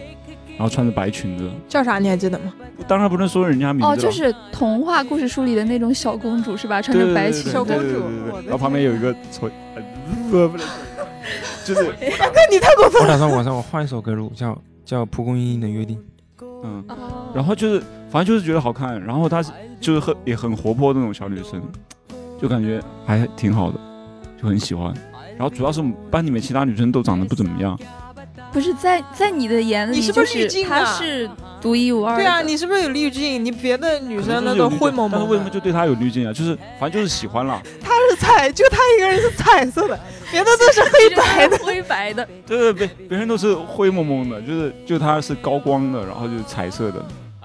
然后穿着白裙子，
叫啥你还记得吗？
当然不能说人家名字了，
哦，就是童话故事书里的那种小公主是吧？穿着白裙
小
子
公，
对
主
对对对对对
我的
然后旁边有一个丑，呃不不能，就是
那你太过分
我
了。
打算晚上我换一首歌录，叫叫蒲公英的约定。
嗯，
哦
然后就是反正就是觉得好看，然后她是就是很也很活泼的那种小女生，就感觉还挺好的，就很喜欢。然后主要是我们班里面其他女生都长得不怎么样，
不是在在你的眼里，
你是不
就是
滤镜啊
她是独一无二的。
对啊，你是不是有滤镜？你别的女
可
生
能就
那
是
都
有滤镜
灰蒙蒙的。
但是为什么就对她有滤镜啊？就是反正就是喜欢了。
她是彩，就她一个人是彩色的， 别的都是黑白的。
灰白的，
对对，别别人都是灰蒙蒙的，就是就她是高光的，然后就是彩色的，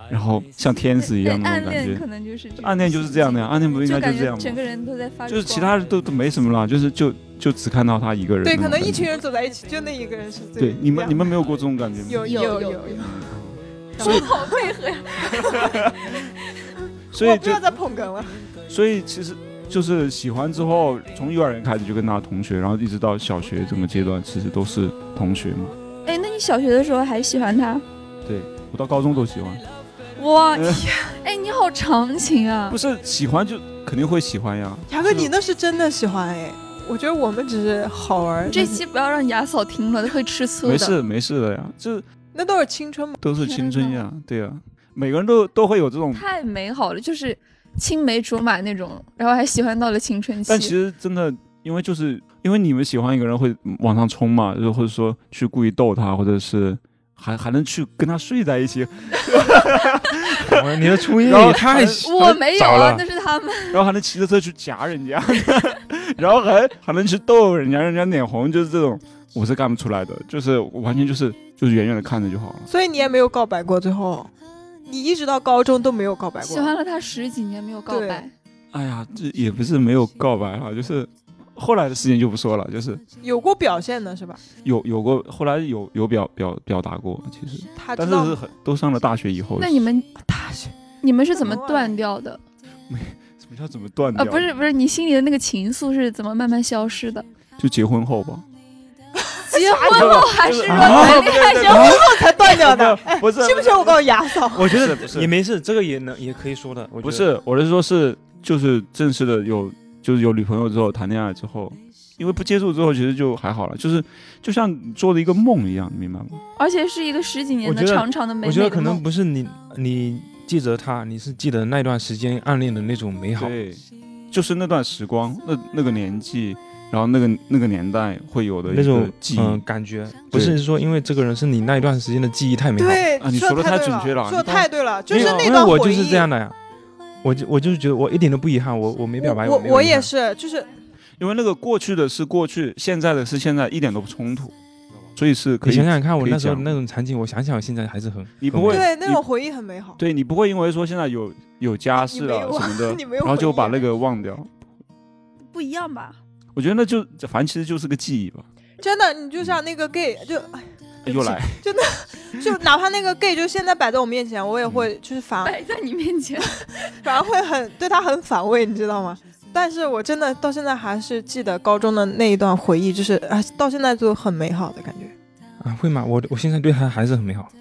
然后像天使一样那
暗
种感
恋
觉。
可能就是这种
暗恋就是这样的呀，暗恋不应
就
该
感
就这
觉
样
整
吗？
个人都在发着光，
就是其他人都都没什么啦，就是就就只看到她一个人那
对，
种
可
感觉。
能一群人走在一起，就那一个人是最。
嗯对你们你
们
们没有过这种感觉吗？
有
有
有
有
有，
所以
好配合呀。
所以
我不
就
要再捧哏了。
所以其实就是喜欢之后，从幼儿园开始就跟他同学，然后一直到小学整个阶段，其实都是同学嘛。
哎，那你小学的时候还喜欢他？
对我到高中都喜欢，
哇
呃，
哎，你好长情啊
不！是喜欢就肯定会喜欢呀。
牙哥，
是
你那是真的喜欢哎，我觉得我们只是好玩。
这期不要让牙嫂听了，会吃醋的。
没事没事的呀，这
那都是青春嘛。
都是青春
天
呀，对呀，每个人都都会有这种。
太美好了，就是青梅竹马那种，然后还喜欢到了青春期。
但其实真的，因为就是因为你们喜欢一个人会往上冲嘛，就或者说去故意逗他，或者是还还能去跟他睡在一起，
哇你的初 音
然后
也太
我没有
早
啊
了，
那是他们。
然后还能骑着车去夹人家， 然后还还能去逗人家，让人家脸红，就是这种，我是干不出来的，就是我完全就是就是远远的看着就好了。
所以你也没有告白过，最后，你一直到高中都没有告白
喜
过。
欢了他十几年没有告白，
哎呀，这也不是没有告白哈，就是后来的事情就不说了，就是
有过表现的是吧？
有有过后来有有表表表达过，其实，
他
但
啊知
是
道
是很都上了大学以后，
那你们
大学
你们是怎么断掉的？
什么叫怎么
嗯
断
啊，
掉？
不是不是，你心里的那个情愫是怎么慢慢消失的？
就结婚后 吧。
结婚后还是说
啊
谈恋爱
然
就
后才断掉的。
没有 不 是
信不信我告诉牙嫂？
我觉
得
得也没事，这个也能也可以说的。
不是，我是说是就是正式的有就是有女朋友之后谈恋爱之后，因为不接触之后其实就还好了，就是就像你做了一个梦一样，你明白吗？
而且是一个十几年
我
的
觉得
长长的美
我
美
觉
的
得可能
梦。
不是你你记得他，你是记得那段时间暗恋的那种美好。
对，就是那段时光，那那个年纪，然后那个那个年代会有的一
那种
个记忆。
嗯、感觉，不是说因为这个人是你那一段时间的记忆太美好，
对，
啊你
说
说
的
得
太
太
对
准确了
说的
你
太对了，就是
因为
那
因
段回
为
忆。
我就是这样的呀，我就我就是觉得我一点都不遗憾，我我没表白，
我
没有
我
遗憾
也是，就是
因为那个过去的是过去，现在的是现在，一点都不冲突，所以是可
你
以
想想看，我
可以
那时候
讲
那种场景，我想想我现在还是很，
你
很
不会
美好
对那种回忆很美好。
对你不会因为说现在有有家室
你没
啊
有，
什么的
你没有
然后就把那
回忆
个忘掉。
不一样 吧？
我觉得那就反正其实就是个记忆吧。
真的，你就像那个 gay，就哎对不
又
起
来，
就哪怕那个 gay 就现在摆在我面
嗯
哎
前，我也会就是反
摆在你面前，
反而会很对他很反胃，你知道吗？但是我真的到现在还是记得高中的那一段回忆，就是啊，到现在就很美好的感觉。
啊，会吗？我我现在对他还是很美好，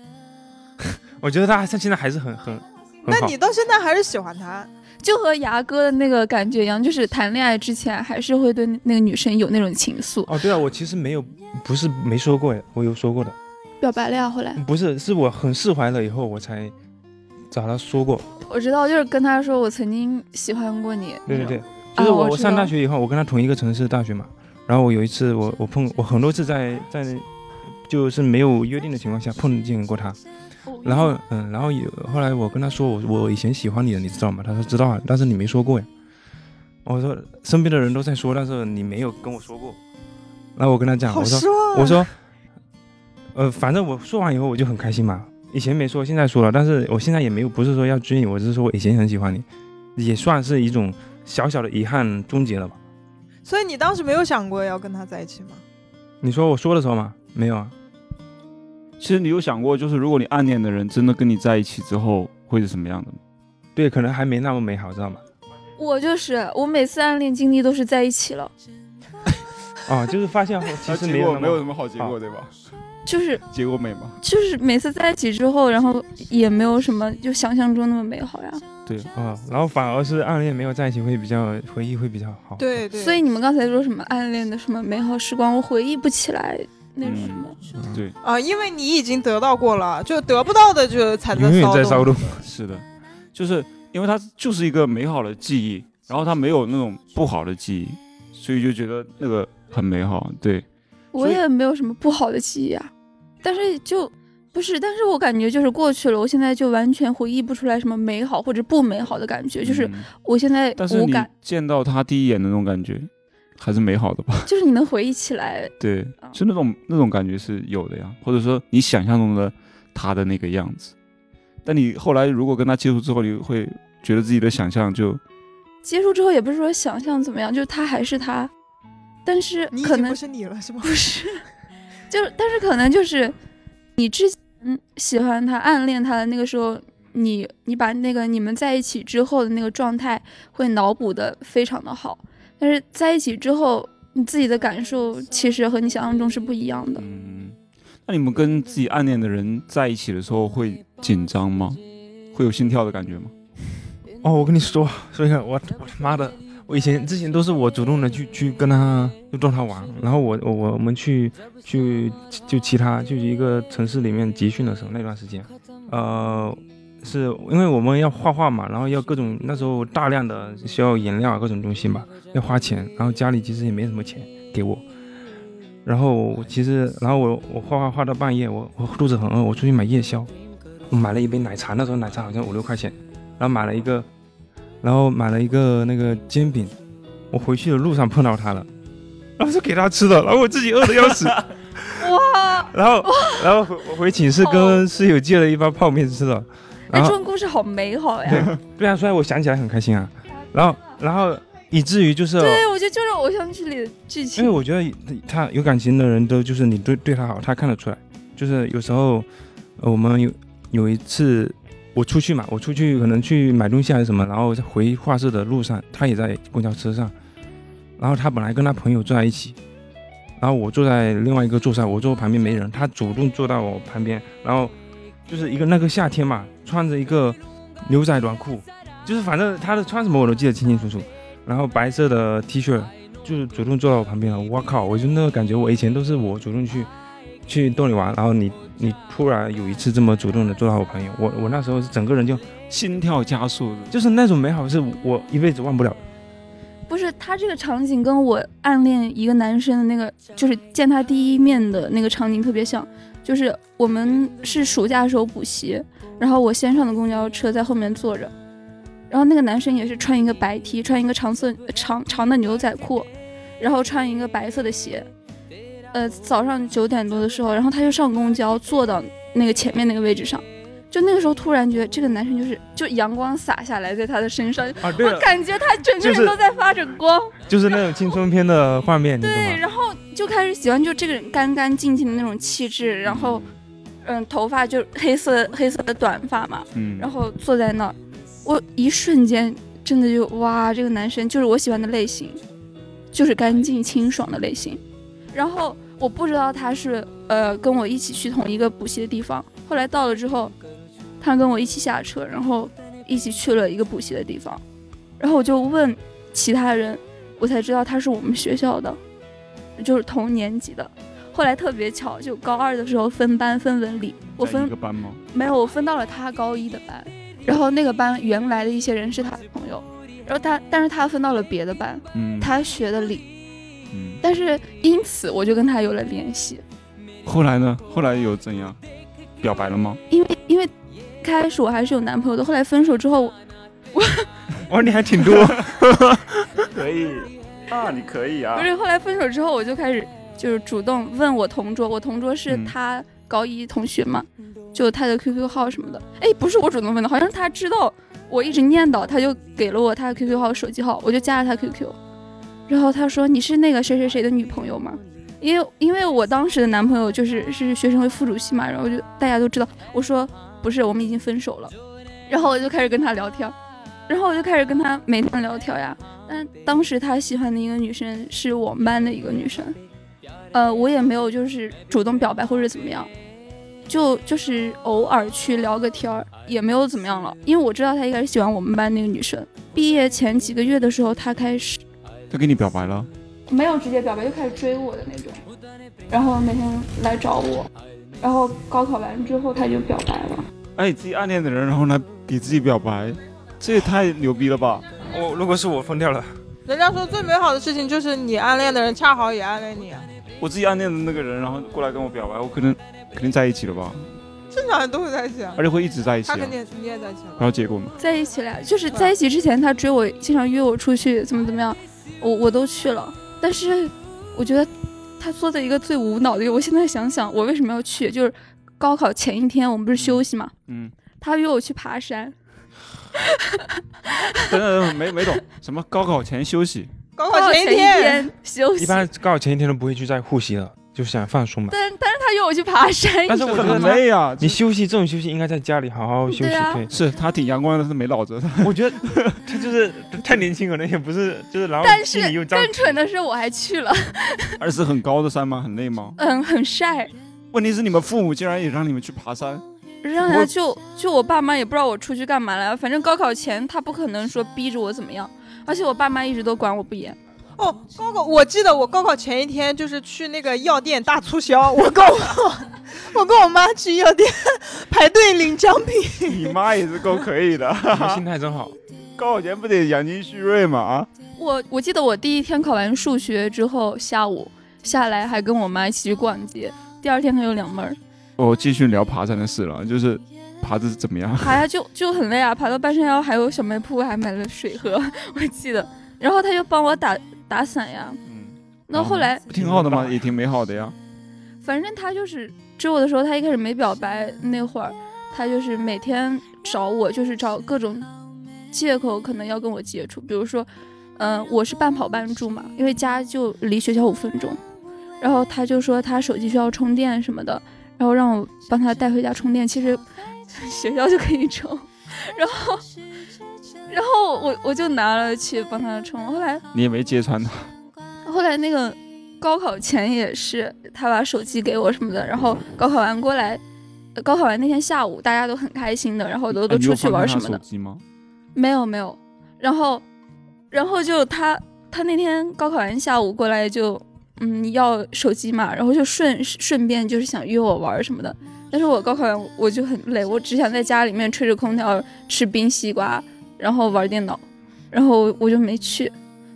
我觉得他他现在还是很很很
那
好啊
你。到现在还是喜欢他？
就和牙哥的那个感觉一样，就是谈恋爱之前还是会对那个女生有那种情愫，
哦，对啊，我其实没有，不是没说过呀，我有说过的，
表白了呀。后来
不是，是我很释怀了以后，我才找他说过。
我知道，就是跟他说我曾经喜欢过你，
对对
嗯
对，就是
哦
我、
我
我
知
上大
道
学以后，我跟他同一个城市的大学嘛，然后我有一次我我碰我很多次在在就是没有约定的情况下碰见过他，
哦
然后嗯，然后有后来我跟他说我我以前喜欢你的，你知道吗？他说知道啊，但是你没说过呀。我说身边的人都在说，但是你没有跟我说过。然后我跟他讲，
好
我说
失望啊。
我说，呃，反正我说完以后我就很开心嘛。以前没说，现在说了，但是我现在也没有不是说要追你，我只是说我以前很喜欢你，也算是一种小小的遗憾终结了吧。
所以你当时没有想过要跟他在一起吗？
你说我说的时候吗？没有啊，
其实你有想过，就是如果你暗恋的人真的跟你在一起之后会是什么样的吗？
对，可能还没那么美好，知道吗？
我就是我每次暗恋经历都是在一起了，
哦，就是发现后 其实没有那么
么好结
果
对吧？
就是
结果美嘛。
就是每次在一起之后，然后也没有什么就想象中那么美好呀。
对啊、然后反而是暗恋没有在一起会比较回忆会比较好。啊
对对。
所以你们刚才说什么暗恋的什么美好时光，我回忆不起来那种什么。
嗯，
对，
啊，因为你已经得到过了，就得不到的就才
永远在骚
动。
动。
是的，就是因为它就是一个美好的记忆，然后它没有那种不好的记忆，所以就觉得那个很美好。对，
我也没有什么不好的记忆啊，但是就不是，但是我感觉就是过去了，我现在就完全回忆不出来什么美好或者不美好的感觉，就是
嗯
我现在
但是
无
你
感，
见到他第一眼的那种感觉，还是美好的吧？
就是你能回忆起来，
对
嗯，
就那种那种感觉是有的呀，或者说你想象中的他的那个样子，但你后来如果跟他接触之后，你会觉得自己的想象就
接触之后也不是说想象怎么样，就是他还是他，但是
你已
可
经
能
不是你了，是吗
不？是，就是但是可能就是你之前嗯喜欢他、暗恋他的那个时候，你你把那个你们在一起之后的那个状态会脑补的非常的好，但是在一起之后，你自己的感受其实和你想象中是不一样的。
嗯，那你们跟自己暗恋的人在一起的时候会紧张吗？会有心跳的感觉吗？
哦，我跟你说， 所以我我他妈的，我以前之前都是我主动的去去跟他就逗他玩，然后我我我我们去去就其他就是一个城市里面集训的时候那段时间，呃，是因为我们要画画嘛，然后要各种那时候大量的需要颜料啊各种东西嘛，要花钱，然后家里其实也没什么钱给我。然后我其实，然后我我画画画到半夜，我我肚子很饿，我出去买夜宵，我买了一杯奶茶，那时候奶茶好像五六块钱，然后买了一个，然后买了一个那个煎饼，我回去的路上碰到他了，然后就给他吃的，然后我自己饿的要死，
哇，
然后然后回我回寝室跟室友借了一包泡面吃的，
那
然
哎这
后
种故事好美好呀！
对啊，虽然我想起来很开心啊，然后然后以至于就是。哦
对，我觉得就是偶像剧里的剧
因为
情。
我觉得他有感情的人都就是你对对他好，他看得出来。就是有时候呃我们有有一次呃我出去嘛，我出去可能去买东西还是什么，然后在回画室的路上，他也在公交车上，然后他本来跟他朋友坐在一起，然后我坐在另外一个座上，我坐旁边没人，他主动坐到我旁边，然后就是一个那个夏天嘛，穿着一个牛仔短裤，就是反正他的穿什么我都记得清清楚楚，然后白色的 T 恤，就是主动坐到我旁边了。我靠，我就那个感觉，我以前都是我主动去去逗你玩，然后你你突然有一次这么主动的坐到我朋友，我我那时候是整个人就
心跳加速的，
就是那种美好，是我一辈子忘不了的。
不是他这个场景跟我暗恋一个男生的那个，就是见他第一面的那个场景特别像。就是我们是暑假的时候补习，然后我先上的公交车在后面坐着，然后那个男生也是穿一个白 T，穿一个长色长长的牛仔裤，然后穿一个白色的鞋。呃，早上九点多的时候，然后他就上公交坐到那个前面那个位置上，就那个时候突然觉得这个男生就是就阳光洒下来在他的身上，
啊，对
我感觉他整个
就是
人都在发着光，
就是那种青春片的画面，你懂
对，
吗？
然后就开始喜欢就这个人干干净净的那种气质，然后嗯，头发就黑色黑色的短发嘛，
嗯，
然后坐在那儿，我一瞬间真的就哇，这个男生就是我喜欢的类型，就是干净清爽的类型。然后我不知道他是呃跟我一起去同一个补习的地方，后来到了之后，他跟我一起下车，然后一起去了一个补习的地方，然后我就问其他人，我才知道他是我们学校的，就是同年级的。后来特别巧，就高二的时候分班分文理，我
在
分
一个班吗？
没有，我分到了他高一的班，然后那个班原来的一些人是他的朋友，然后他但是他分到了别的班，
嗯，
他学的理，
嗯
但是因此我就跟他有了联系，
后来呢？后来有怎样？表白了吗？
因为因为开始我还是有男朋友的，后来分手之后，
哦，你还挺多，
可以啊，你可以啊
不是后来分手之后我就开始就是主动问我同桌，我同桌是
嗯
他高一同学嘛，就他的 QQ 号什么的，哎，不是我主动问的，好像是他知道我一直念叨，他就给了我他的 QQ 号、手机号，我就加了他 QQ。然后他说：“你是那个谁谁谁的女朋友吗？”因为因为我当时的男朋友就是是学生会副主席嘛，然后就大家都知道。我说不是，我们已经分手了。然后我就开始跟他聊天，然后我就开始跟他每天聊天呀。但当时他喜欢的一个女生是我们班的一个女生，呃，我也没有就是主动表白或者怎么样，就就是偶尔去聊个天儿，也没有怎么样了。因为我知道他一开始喜欢我们班那个女生。毕业前几个月的时候，他开始
他跟你表白了，
没有直接表白，就开始追我的那种，然后每天来找我，然后高考完之后他就表白了。
哎，自己暗恋的人，然后来给自己表白，这也太牛逼了吧！
我如果是我疯掉了，
人家说最美好的事情就是你暗恋的人恰好也暗恋你，啊
我自己暗恋的那个人，然后过来跟我表白，我可能肯定在一起了吧，
正常人都会在一起啊。
而且嗯会一直在一起、
他
啊。
肯
然
定你也在一起了。
后结果呢？
在一起了，就是在一起之前，他追我，经常约我出去，怎么怎么样，我我都去了。但是我觉得他做的一个最无脑的，我现在想想，我为什么要去？就是高考前一天，我们不是休息嘛，
嗯，
他约我去爬山，
等等等等，没没懂什么高考前休息，
高
高
考
考
哦前
前
一
一
天，
天休息
一，般高考前一天都不会去在复习了，就想放松嘛。
但但是他约我去爬山，
但
这
是我
个
觉得
很
他
累啊。
你
你
休息这种休息应该在家里好好休息。
对啊
对，
是他挺阳光的，但是没脑子。
我觉得 他就是太年轻，可能也不是，就是然后
但
心里
是
又着
更
急
蠢的是我还去了，
二是很高的山吗？很累吗？
嗯，很晒，
问题是你们父母竟然也让你们去爬山，
让
不
他
过
就就我爸妈也不知道我出去干嘛了，反正高考前他不可能说逼着我怎么样，而且我爸妈一直都管我不严。
哦，高考我记得我高考前一天就是去那个药店大促销， 我跟我我跟我妈去药店排队领奖品，
你妈也是够可以的。
你们心态真好。
高考前不得养精蓄锐嘛啊！
我我记得我第一天考完数学之后，下午下来还跟我妈一起去逛街，第二天还有两门儿，
我继续聊爬山的事了，就是爬的是怎么样？
爬呀就就很累啊，爬到半山腰还有小卖铺还买了水喝， 我记得，然后他就帮我打打伞呀，
嗯，
那后来
不挺好的吗？也挺美好的呀。
反正他就是追我的时候，他一开始没表白那会儿，他就是每天找我，就是找各种借口，可能要跟我接触。比如说，嗯、我是半跑半住嘛，因为家就离学校五分钟，然后他就说他手机需要充电什么的，然后让我帮他带回家充电。其实 学校就可以充， 然后，然后我我就拿了去帮他充。后来
你也没揭穿他，
后来那个高考前也是，他把手机给我什么的，然后高考完过来，呃高考完那天下午大家都很开心的，然后都都
哎你有
出去
放开
玩
他
什么的
手，机吗？
没有没有，然后然后就他他那天高考完下午过来就嗯要手机嘛，然后就顺顺便就是想约我玩什么的，但是我高考完我就很累，我只想在家里面吹着空调吃冰西瓜，然后玩电脑，然后我就没去。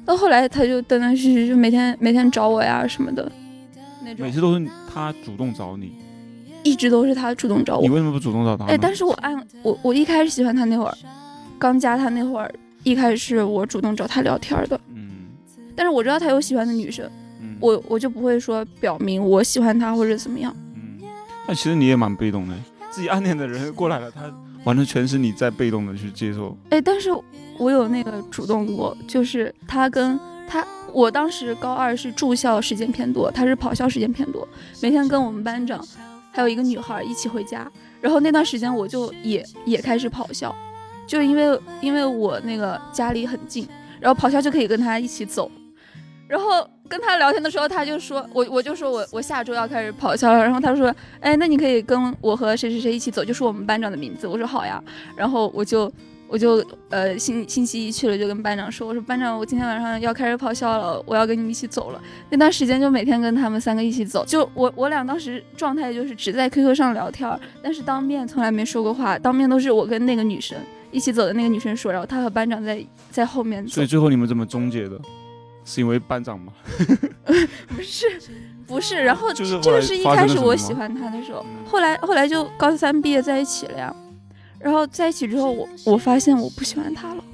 到后来他就断断续续就每天每天找我呀什么的，那种
每次都是他主动找你，
一直都是他主动找
你
哦我。
为什么不主动找他呢？
哎，但是我按我我一开始喜欢他那会儿，刚加他那会儿，一开始是我主动找他聊天的，
嗯
但是我知道他有喜欢的女生，
嗯，
我我就不会说表明我喜欢他或者怎么样。
嗯，但其实你也蛮被动的，自己暗恋的人过来了，他完全全是你在被动的去接受。
哎，但是我有那个主动过，就是他跟他，我当时高二是住校时间偏多，他是跑校时间偏多，每天跟我们班长还有一个女孩一起回家，然后那段时间我就也也开始跑校，就因为因为我那个家离很近，然后咆哮就可以跟他一起走，然后跟他聊天的时候，他就说我我就说我我下周要开始咆哮了，然后他说哎那你可以跟我和谁谁谁一起走，就说我们班长的名字，我说好呀，然后我就我就呃星星期一去了就跟班长说，我说班长我今天晚上要开始咆哮了，我要跟你们一起走了，那段时间就每天跟他们三个一起走，就我我俩当时状态就是只在 QQ 上聊天儿，但是当面从来没说过话，当面都是我跟那个女生一起走的那个女生说，然后她和班长在在后面走
所以，最后你们怎么终结的？是因为班长吗？
不是不是，然后
就是后
这
来
个是一
发生
开
了
始
什么
我
吗
喜欢他的时候，后来后来就高三毕业在一起了呀，然后在一起之后我我发现我不喜欢他了。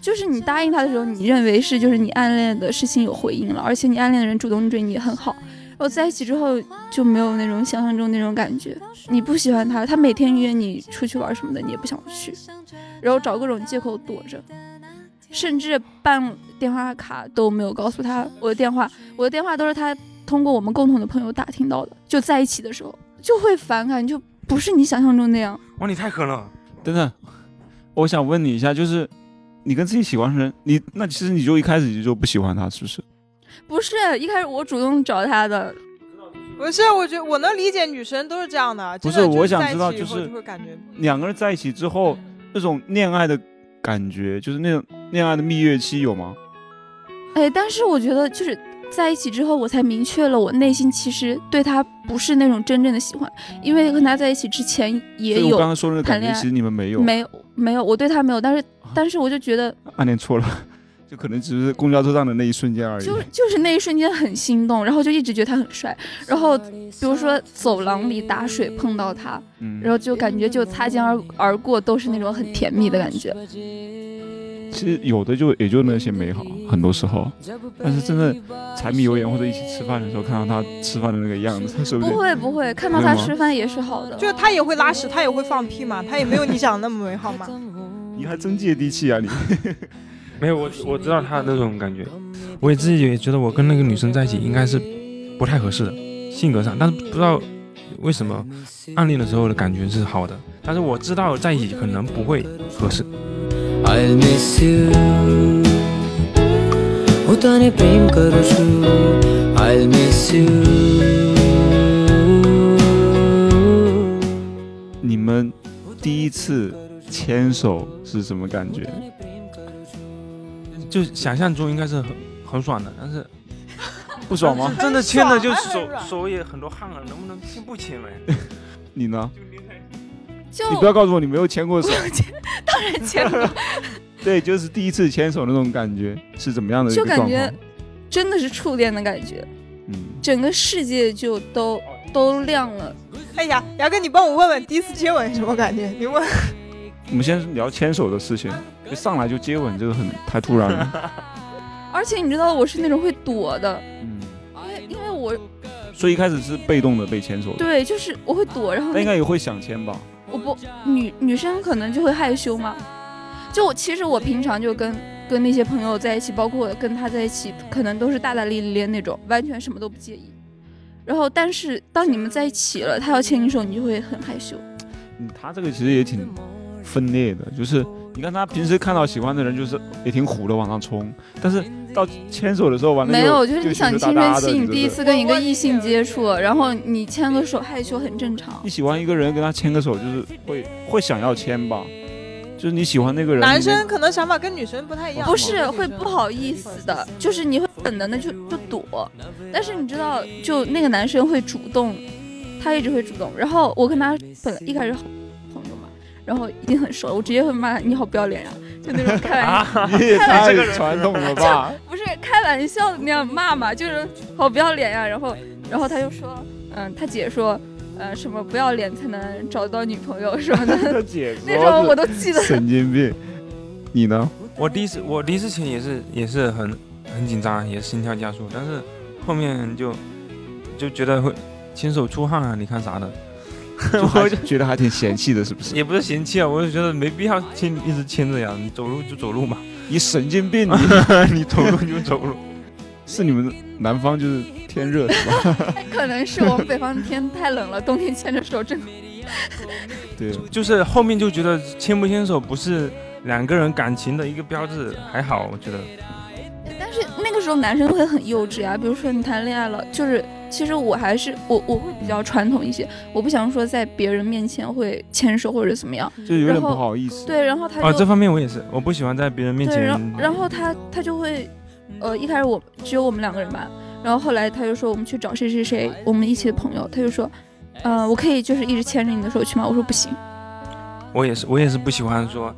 就是你答应他的时候，你认为是就是你暗恋的事情有回应了，而且你暗恋的人主动对你也很好，然后在一起之后就没有那种想象中那种感觉。你不喜欢他，他每天约你出去玩什么的，你也不想去，然后找各种借口躲着，甚至办电话卡都没有告诉他我的电话，我的电话都是他通过我们共同的朋友打听到的。就在一起的时候就会反感，就不是你想象中那样。
哇，你太狠了！
等等，我想问你一下，就是你跟自己喜欢的人，你那其实你就一开始就不喜欢他，是不是？
不是一开始我主动找他的，
不是，我觉得我能理解女生都是这样的。
不
真的
是
就
我想
在一
知道
起以
就
后
是
就会感觉
两个人在一起之后，那种恋爱的感觉，就是那种恋爱的蜜月期有吗？
哎，但是我觉得就是在一起之后，我才明确了我内心其实对他不是那种真正的喜欢，因为跟他在一起之前也
所以我刚
有
刚说的那个感
谈恋
觉，
爱
其实你们没有，
没有没有，我对他没有，但是但是我就觉得
暗恋错了，就可能只是公交车上的那一瞬间而已。
就就是那一瞬间很心动，然后就一直觉得他很帅，然后比如说走廊里打水碰到他，
嗯
然，后就感觉就擦肩而而过，都是那种很甜蜜的感觉。
其实有的就也就那些美好，很多时候，但是真的柴米油盐或者一起吃饭的时候，看到他吃饭的那个样子，是不是？
不会不会，看到
会
他
吗
吃饭也是好的。
就是他也会拉屎，他也会放屁嘛，他也没有你想的那么美好嘛。
你还真接地气啊你！
没有，我我知道他的那种感觉，我也自己也觉得我跟那个女生在一起应该是不太合适的，性格上，但是不知道为什么暗恋的时候的感觉是好的，但是我知道在一起可能不会合适。
I'll miss you. હું તને પ્રેમ કરું છું I'll miss you.
你们第一次牵手是什么感觉？
就想象中应该是很很爽的，但是
不爽吗？
真的牵着就
很爽
手
很爽
手也很多汗了，能不能先不牵了？
你呢？
就
你不 要告诉我你没有牵过手。
当然牵过，
对，就是第一次牵手那种感觉是怎么样的一
就
个
感
状
觉
况？
真的是初恋的感觉，
嗯，
整个世界就都都亮了。
哎呀，牙哥，你帮我问问第一次接吻什么感觉？你问，
我们先聊牵手的事情，就上来就接吻，这个很太突然 了。
而且你知道我是那种会躲的，
嗯，
因为因为我
所以一开始是被动的被牵手的，
对就是我会躲，然后
但应该也会想牵吧？
我不女女生可能就会害羞嘛。就我其实我平常就跟跟那些朋友在一起，包括我跟他在一起，可能都是大大咧咧那种，完全什么都不介意。然后，但是当你们在一起了，他要牵你手，你就会很害羞。
嗯，他这个其实也挺分裂的，就是你看他平时看到喜欢的人，就是也挺虎的往上冲，但是到牵手的时候完了
没
又
有，就是
又
你想
羞
亲
答
身
答的
吸引，
就是
第一次跟一个异性接触，然后你牵个手，害羞很正常
你。喜欢一个人，跟他牵个手，就是会会想要牵吧，就是你喜欢那个人，哦
男
你们
生可能想法跟女生不太一样嘛。
不是
女生
会不好意思的，就是你会本能的就就躲，但是你知道，就那个男生会主动，他一直会主动。然后我跟他本来一开始好朋友嘛，然后已经很熟了，我直接会骂他你好不要脸呀、就那种开玩笑，
你 也
看来
太
这个
传统了 吧？
不是开玩笑的那样骂嘛，就是好不要脸呀、然后，然后他就说，嗯，他姐说，呃，什么不要脸才能找到女朋友什么的，
他姐
那种我
说
都记得
是。神经病，你 呢？
我第一次我第一次牵也是也是很很紧张，也是心跳加速，但是后面就就觉得会牵手出汗啊，你看啥的，
就还觉得还挺嫌弃的，是不是？
也不是嫌弃啊，我就觉得没必要牵一直牵着呀，你走路就走路嘛，
你神经 病，你
你走路就走路。
是你们南方就是天热是吧？
可能是我们北方天太冷了，冬天牵着手真的
对，
就是后面就觉得牵不牵手不是两个人感情的一个标志，还好，我觉得。
但是那个时候男生会很幼稚呀、比如说你谈恋爱了，就是其实我还是我我会比较传统一些，我不想说在别人面前会牵手或者怎么样。
就有点
然
不
后
好意思。
对，然后他就、
哦，这方面我也是，我不喜欢在别人面
对，
前。
然后然后他他就会，呃，一开始我只有我们两个人吧，然后后来他就说我们去找谁谁谁，我们一起的朋友，他就说，呃，我可以就是一直牵着你的手去吗？我说不行，
我也是，我也是不喜欢说，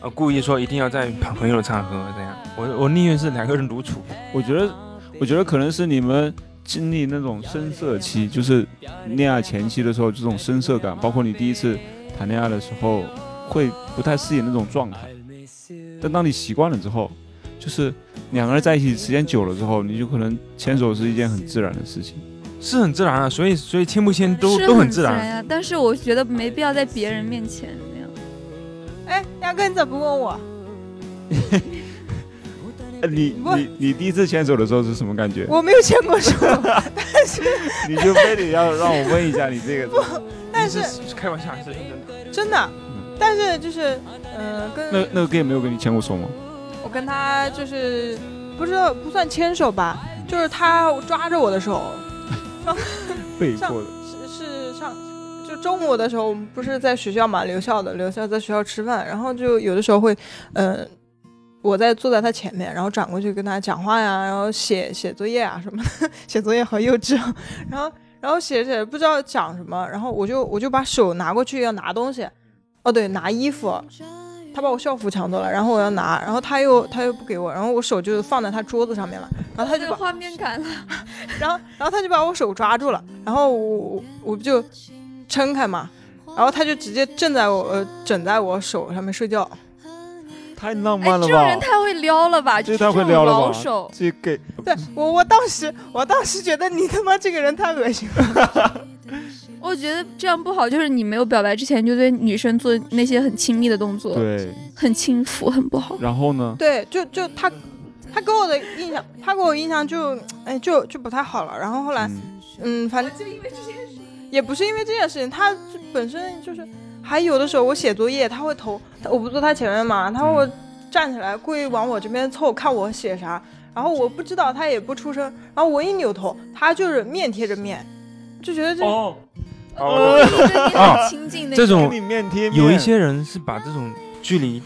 呃，故意说一定要在朋友的场合这样，我我宁愿是两个人独处。
我觉得，我觉得可能是你们经历那种深涩期，就是恋爱前期的时候，这种深涩感，包括你第一次谈恋爱的时候，会不太适应那种状态。但当你习惯了之后，就是两个人在一起时间久了之后，你就可能牵手是一件很自然的事情。
是很自然啊，所以所以签不签都
是
都
很
自然。
呀、但是我觉得没必要在别人面前那样。
哎，压根你咋不问我？
呃你
不
你你第一次牵手的时候是什么感觉？
我没有牵过手，
你就非得要让我问一下你这个
但是
是开玩笑，是认真的。
真的。但是就是，呃，
嗯那
跟
那个 gay 没有跟你牵过手吗？
我跟他就是不知道不算牵手吧，
嗯
就是他抓着我的手，
被
上
迫的。
是是上就中午的时候，我们不是在学校嘛，留校的，留校在学校吃饭，然后就有的时候会，呃，我在坐在他前面，然后转过去跟他讲话呀，然后写写作业啊什么的， 写作业好幼稚哦， 然后然后写着写着不知道讲什么，然后我就我就把手拿过去要拿东西，哦对，拿衣服。他把我校服抢走了，然后我要拿，然后他又他又不给我，然后我手就放在他桌子上面了，然后他就
这
把
个画面感了，
然后然后他就把我手抓住了，然后我我我不就撑开嘛，然后他就直接枕在我呃枕在我手上面睡觉，
太浪
哎，
漫了
这种
吧
人！太会撩了吧？
这
就是
太会
种
撩了吧
老手，
这 gay
对我我当时我当时觉得你他妈这个人太恶心了，
我觉得这样不好，就是你没有表白之前就对女生做那些很亲密的动作，
对，
很轻浮，很不好。
然后呢？
对，就就他他给我的印象，他给我印象就哎就就不太好了，然后后来
嗯
嗯反正也不是因为这件事情，他就本身就是还有的时候我写作业他会投，我不坐他前面嘛，他会站起来故意往我这边凑，看我写啥。然后我不知道，他也不出声。然后我一扭头，他就是面贴着面，就觉得这、
哦，
哦，
啊
就是跟你很亲近那
这
跟
种
你面贴面
有一些人是把这种距离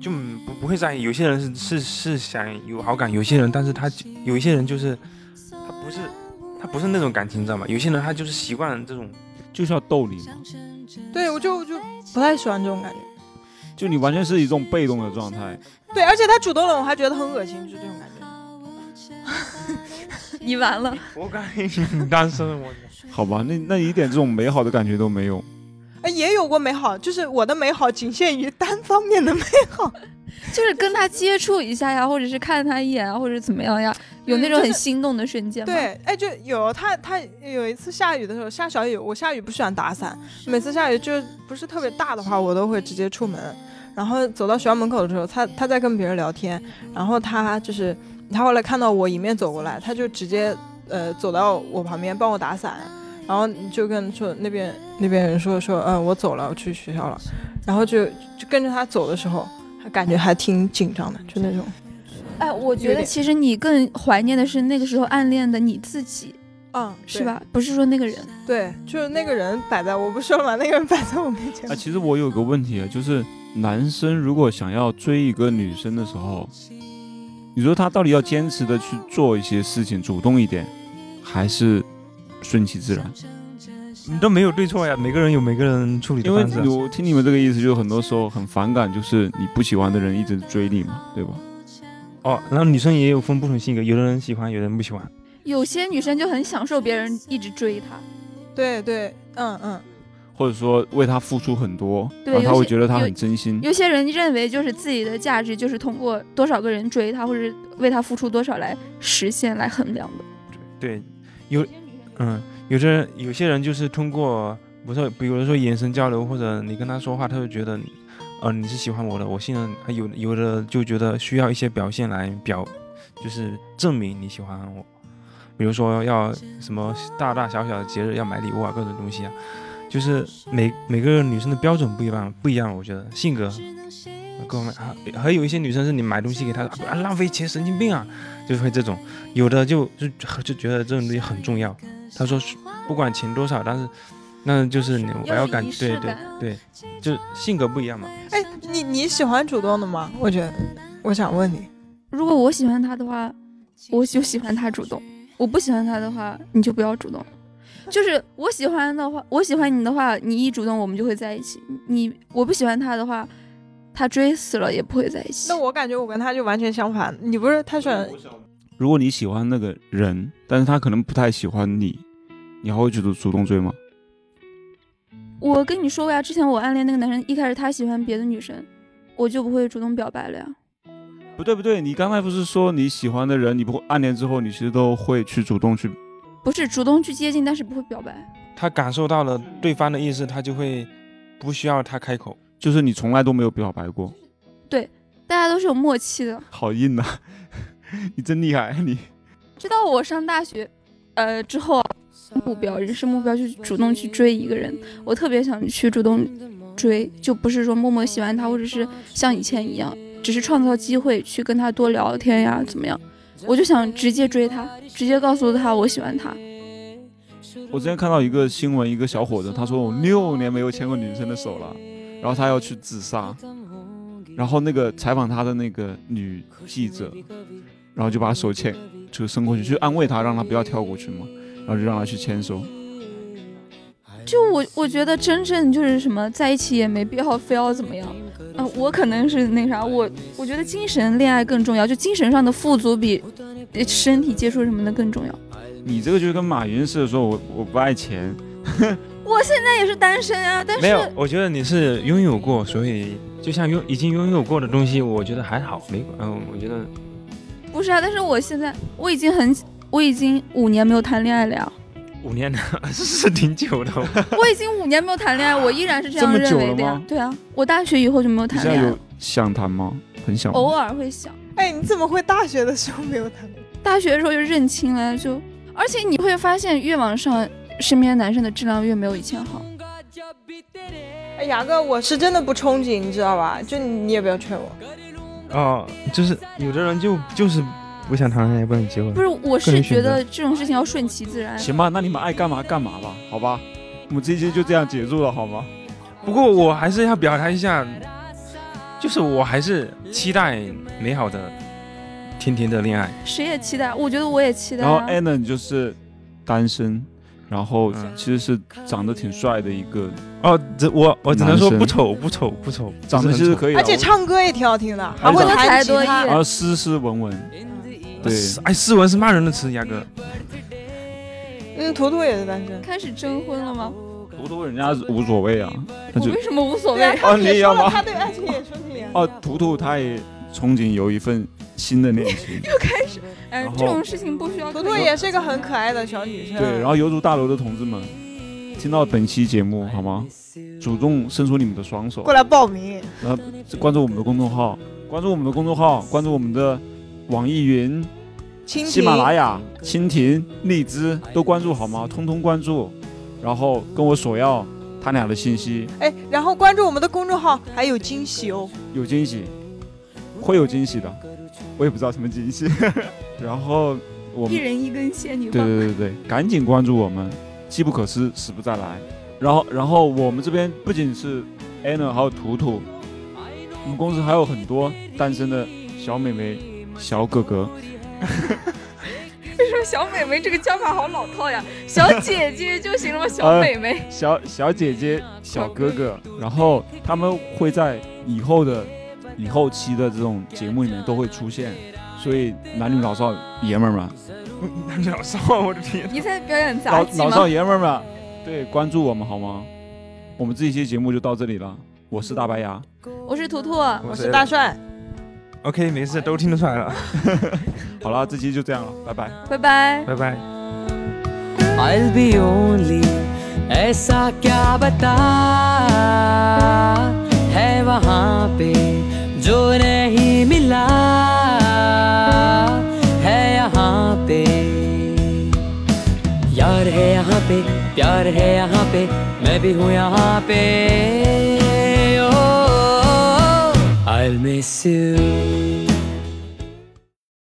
就不不会在意，有些人是是是想有好感，有些人但是他就有一些人就是他不是他不是那种感情，你知道吗？有些人他就是习惯这种，
就是要逗你嘛，
对我就就不太喜欢这种感觉。
就你完全是一种被动的状态。
对，而且他主动了，我还觉得很恶心，就这种感觉。
你完了，
我感觉你单身，我
好吧，那那一点这种美好的感觉都没有。
哎，也有过美好，就是我的美好仅限于单方面的美好。
就是跟他接触一下呀，或者是看他一眼啊，或者怎么样呀，有那种很心动的瞬间吗？
对，哎，就有他，他有一次下雨的时候，下小雨，我下雨不喜欢打
哦
伞，每次下雨就不是特别大的话，我都会直接出门。然后走到学校门口的时候，他他在跟别人聊天，然后他就是他后来看到我迎面走过来，他就直接呃走到我旁边帮我打伞，然后就跟说那边那边人说说，嗯、我走了，我去学校了，然后就就跟着他走的时候，还感觉还挺紧张的，就那种
哎，我觉
有
得
点
其实你更怀念的是那个时候暗恋的你自己，
嗯，
是？吧？不是说那个人。
对，就是那个人摆在我不说了嘛，那个人摆在我面前
啊，，其实我有个问题啊，就是男生如果想要追一个女生的时候，你说他到底要坚持的去做一些事情，主动一点，还是顺其自然？
你都没有对错呀，每个人有每个人处理的
因为
方式啊。
我听你们这个意思，就是很多时候很反感，就是你不喜欢的人一直追你嘛，对吧？
哦，然后女生也有分不同性格，有的人喜欢，有的人不喜欢。
有些女生就很享受别人一直追她，
对对，嗯嗯，
或者说为他付出很多，
对
然后他
有
会
些
觉得他
有
很真心。
有些人认为就是自己的价值就是通过多少个人追她，或者是为她付出多少来实现来衡量的。
对，有，嗯，有的人有些人就是通过，不是，比如说眼神交流，或者你跟他说话，他就觉得，呃，你是喜欢我的，我信任。还有有的就觉得需要一些表现来表，就是证明你喜欢我，比如说要什么大大小小的节日要买礼物啊，各种东西啊，就是每每个女生的标准不一样，不一样，我觉得性格给我买。还还有一些女生是你买东西给她，啊不要浪费钱，神经病啊，就会这种。有的就就就觉得这种东西很重要，她说是不管钱多少，但是那就是你我
要
要
有
感
仪式
对对
感
对，就性格不一样嘛。
哎，你你喜欢主动的吗？我觉得，我想问你，
如果我喜欢他的话，我就喜欢他主动；我不喜欢他的话，你就不要主动。就是我喜欢的话，我喜欢你的话，你一主动我们就会在一起；你我不喜欢他的话，他追死了也不会在一起
那。我感觉我跟他就完全相反。你不是他喜欢
如果你喜欢那个人，但是他可能不太喜欢你，你还会主动主动追吗？
我跟你说过呀，之前我暗恋那个男生，一开始他喜欢别的女生，我就不会主动表白了呀。
不对不对，你刚才不是说你喜欢的人，你不会暗恋之后，你其实都会去主动去。
不是主动去接近，但是不会表白。
她感受到了对方的意思，她就会不需要他开口。
就是你从来都没有表白过，
大家都是有默契的。
好硬呐、 你真厉害，你
直到我上大学，呃之后啊目标人生目标就是主动去追一个人，我特别想去主动追，就不是说默默喜欢他，或者是像以前一样，只是创造机会去跟他多聊天呀，怎么样？我就想直接追他，直接告诉他我喜欢他。
我之前看到一个新闻，一个小伙子他说我六年没有牵过女生的手了，然后他要去自杀，然后那个采访他的那个女记者，然后就把他手牵就伸过去，去安慰他，让他不要跳过去嘛，然后就让他去牵手。
就我我觉得真正就是什么在一起也没必要非要怎么样。啊，我可能是那啥，我我觉得精神恋爱更重要，就精神上的富足比呃身体接触什么的更重要。
你这个就是跟马云似的，说我我不爱钱，
我现在也是单身啊，但是
没有，我觉得你是拥有过，所以就像拥已经拥有过的东西，我觉得还好，没嗯，我觉得
不是啊？但是我现在我已经很，我已经五年没有谈恋爱了 呀，
五年 是挺久的。
我已经五年没有谈恋爱，我依然是这
这
样
么
认
久
为
了
的呀
吗。
对啊，我大学以后就没有
你
谈
现在
恋爱哦
有
了，
想谈吗？很想吗。
偶尔会想，
哎，你怎么会大学的时候没有谈恋爱？
大学的时候就认清了，就而且你会发现越往上，身边男生的质量越没有以前好。
哎，牙哥，我是真的不憧憬，你知道吧？就你也不要劝我。
哦，就是有的人就就是不想谈恋爱，不想结婚
不。是，我
个
是
人选
觉得这种事情要顺其自然。
行吧，那你们爱干嘛干嘛吧，好吧，我们这一期就这样结束了，好吗？
不过我还是要表达一下，就是我还是期待美好的甜甜的恋爱。
谁也期待，我觉得我也期待、
然后哎
啊。
Alan 就是单身，然后
嗯
其实是长得挺帅的一个，
哦，只我我只能说
男生
不丑不丑不丑，
长得其
就
实
是
可以的，啊
而且唱歌也挺好听的，还
而且
会
长
弹
才
吉
多
他
艺。
然后斯斯文文，对，
哎，斯文是骂人的词，牙哥。
嗯，图图也是单身。
哦
开始征婚了吗？
图图人家无所谓啊，那
我
就
为什么无所谓？
啊他
哦你也要吗
他对爱情也憧憬。
哦，图图他也憧憬有一份新的 恋情，
啊
哎
然，后
这种事情不需要刻
图
意。
图也是一个很可爱的小女生。
对，然后游族大楼的同志们，听到本期节目好吗？主动伸出你们的双手
过，来报名。
关注我们的公众号，关注我们的公众号，关注我们的网易云、
蜻蜓。
喜马拉雅、蜻蜓、荔枝都关注好
哎
吗？通通关注，然后跟我索要他俩的信息，
哎，然后关注我们的公众号，还有惊喜哦。
有惊喜，会有惊喜的，我也不知道什么惊喜。 然后我
一
们
人一根线，你
对
放。
对对对，赶紧关注我们，机不可失，死不再来。然后然后我们这边不仅是 Anna 还有图图，我们公司还有很多单身的小美眉、小哥哥。
为什么小美眉这个叫法好老套呀？小姐姐就行了吗？
哎
小美眉，
小小姐姐、小哥哥，然后他们会在以后的以后期的这种节目里面都会出现，所以男女老少爷们儿们，
男老少，我的天！
你在表演杂
老
技
老少
吗？
爷们儿们，对，关注我们好吗？我们这一期节目就到这里了，我是大白牙，
我是图图，
嗯
我是大帅。
OK，没事，都听得出来了。
好了，这期就这样了，拜拜。
拜拜。
拜拜。
I'll be only ऐसा क्या बता है वहाँ पे जो नहीं मिला है यहाँ पे यार है यहाँ पे प्यार है यहाँ पे मैं भी हूँ यहाँ पे ओ, Oh, I'll miss you.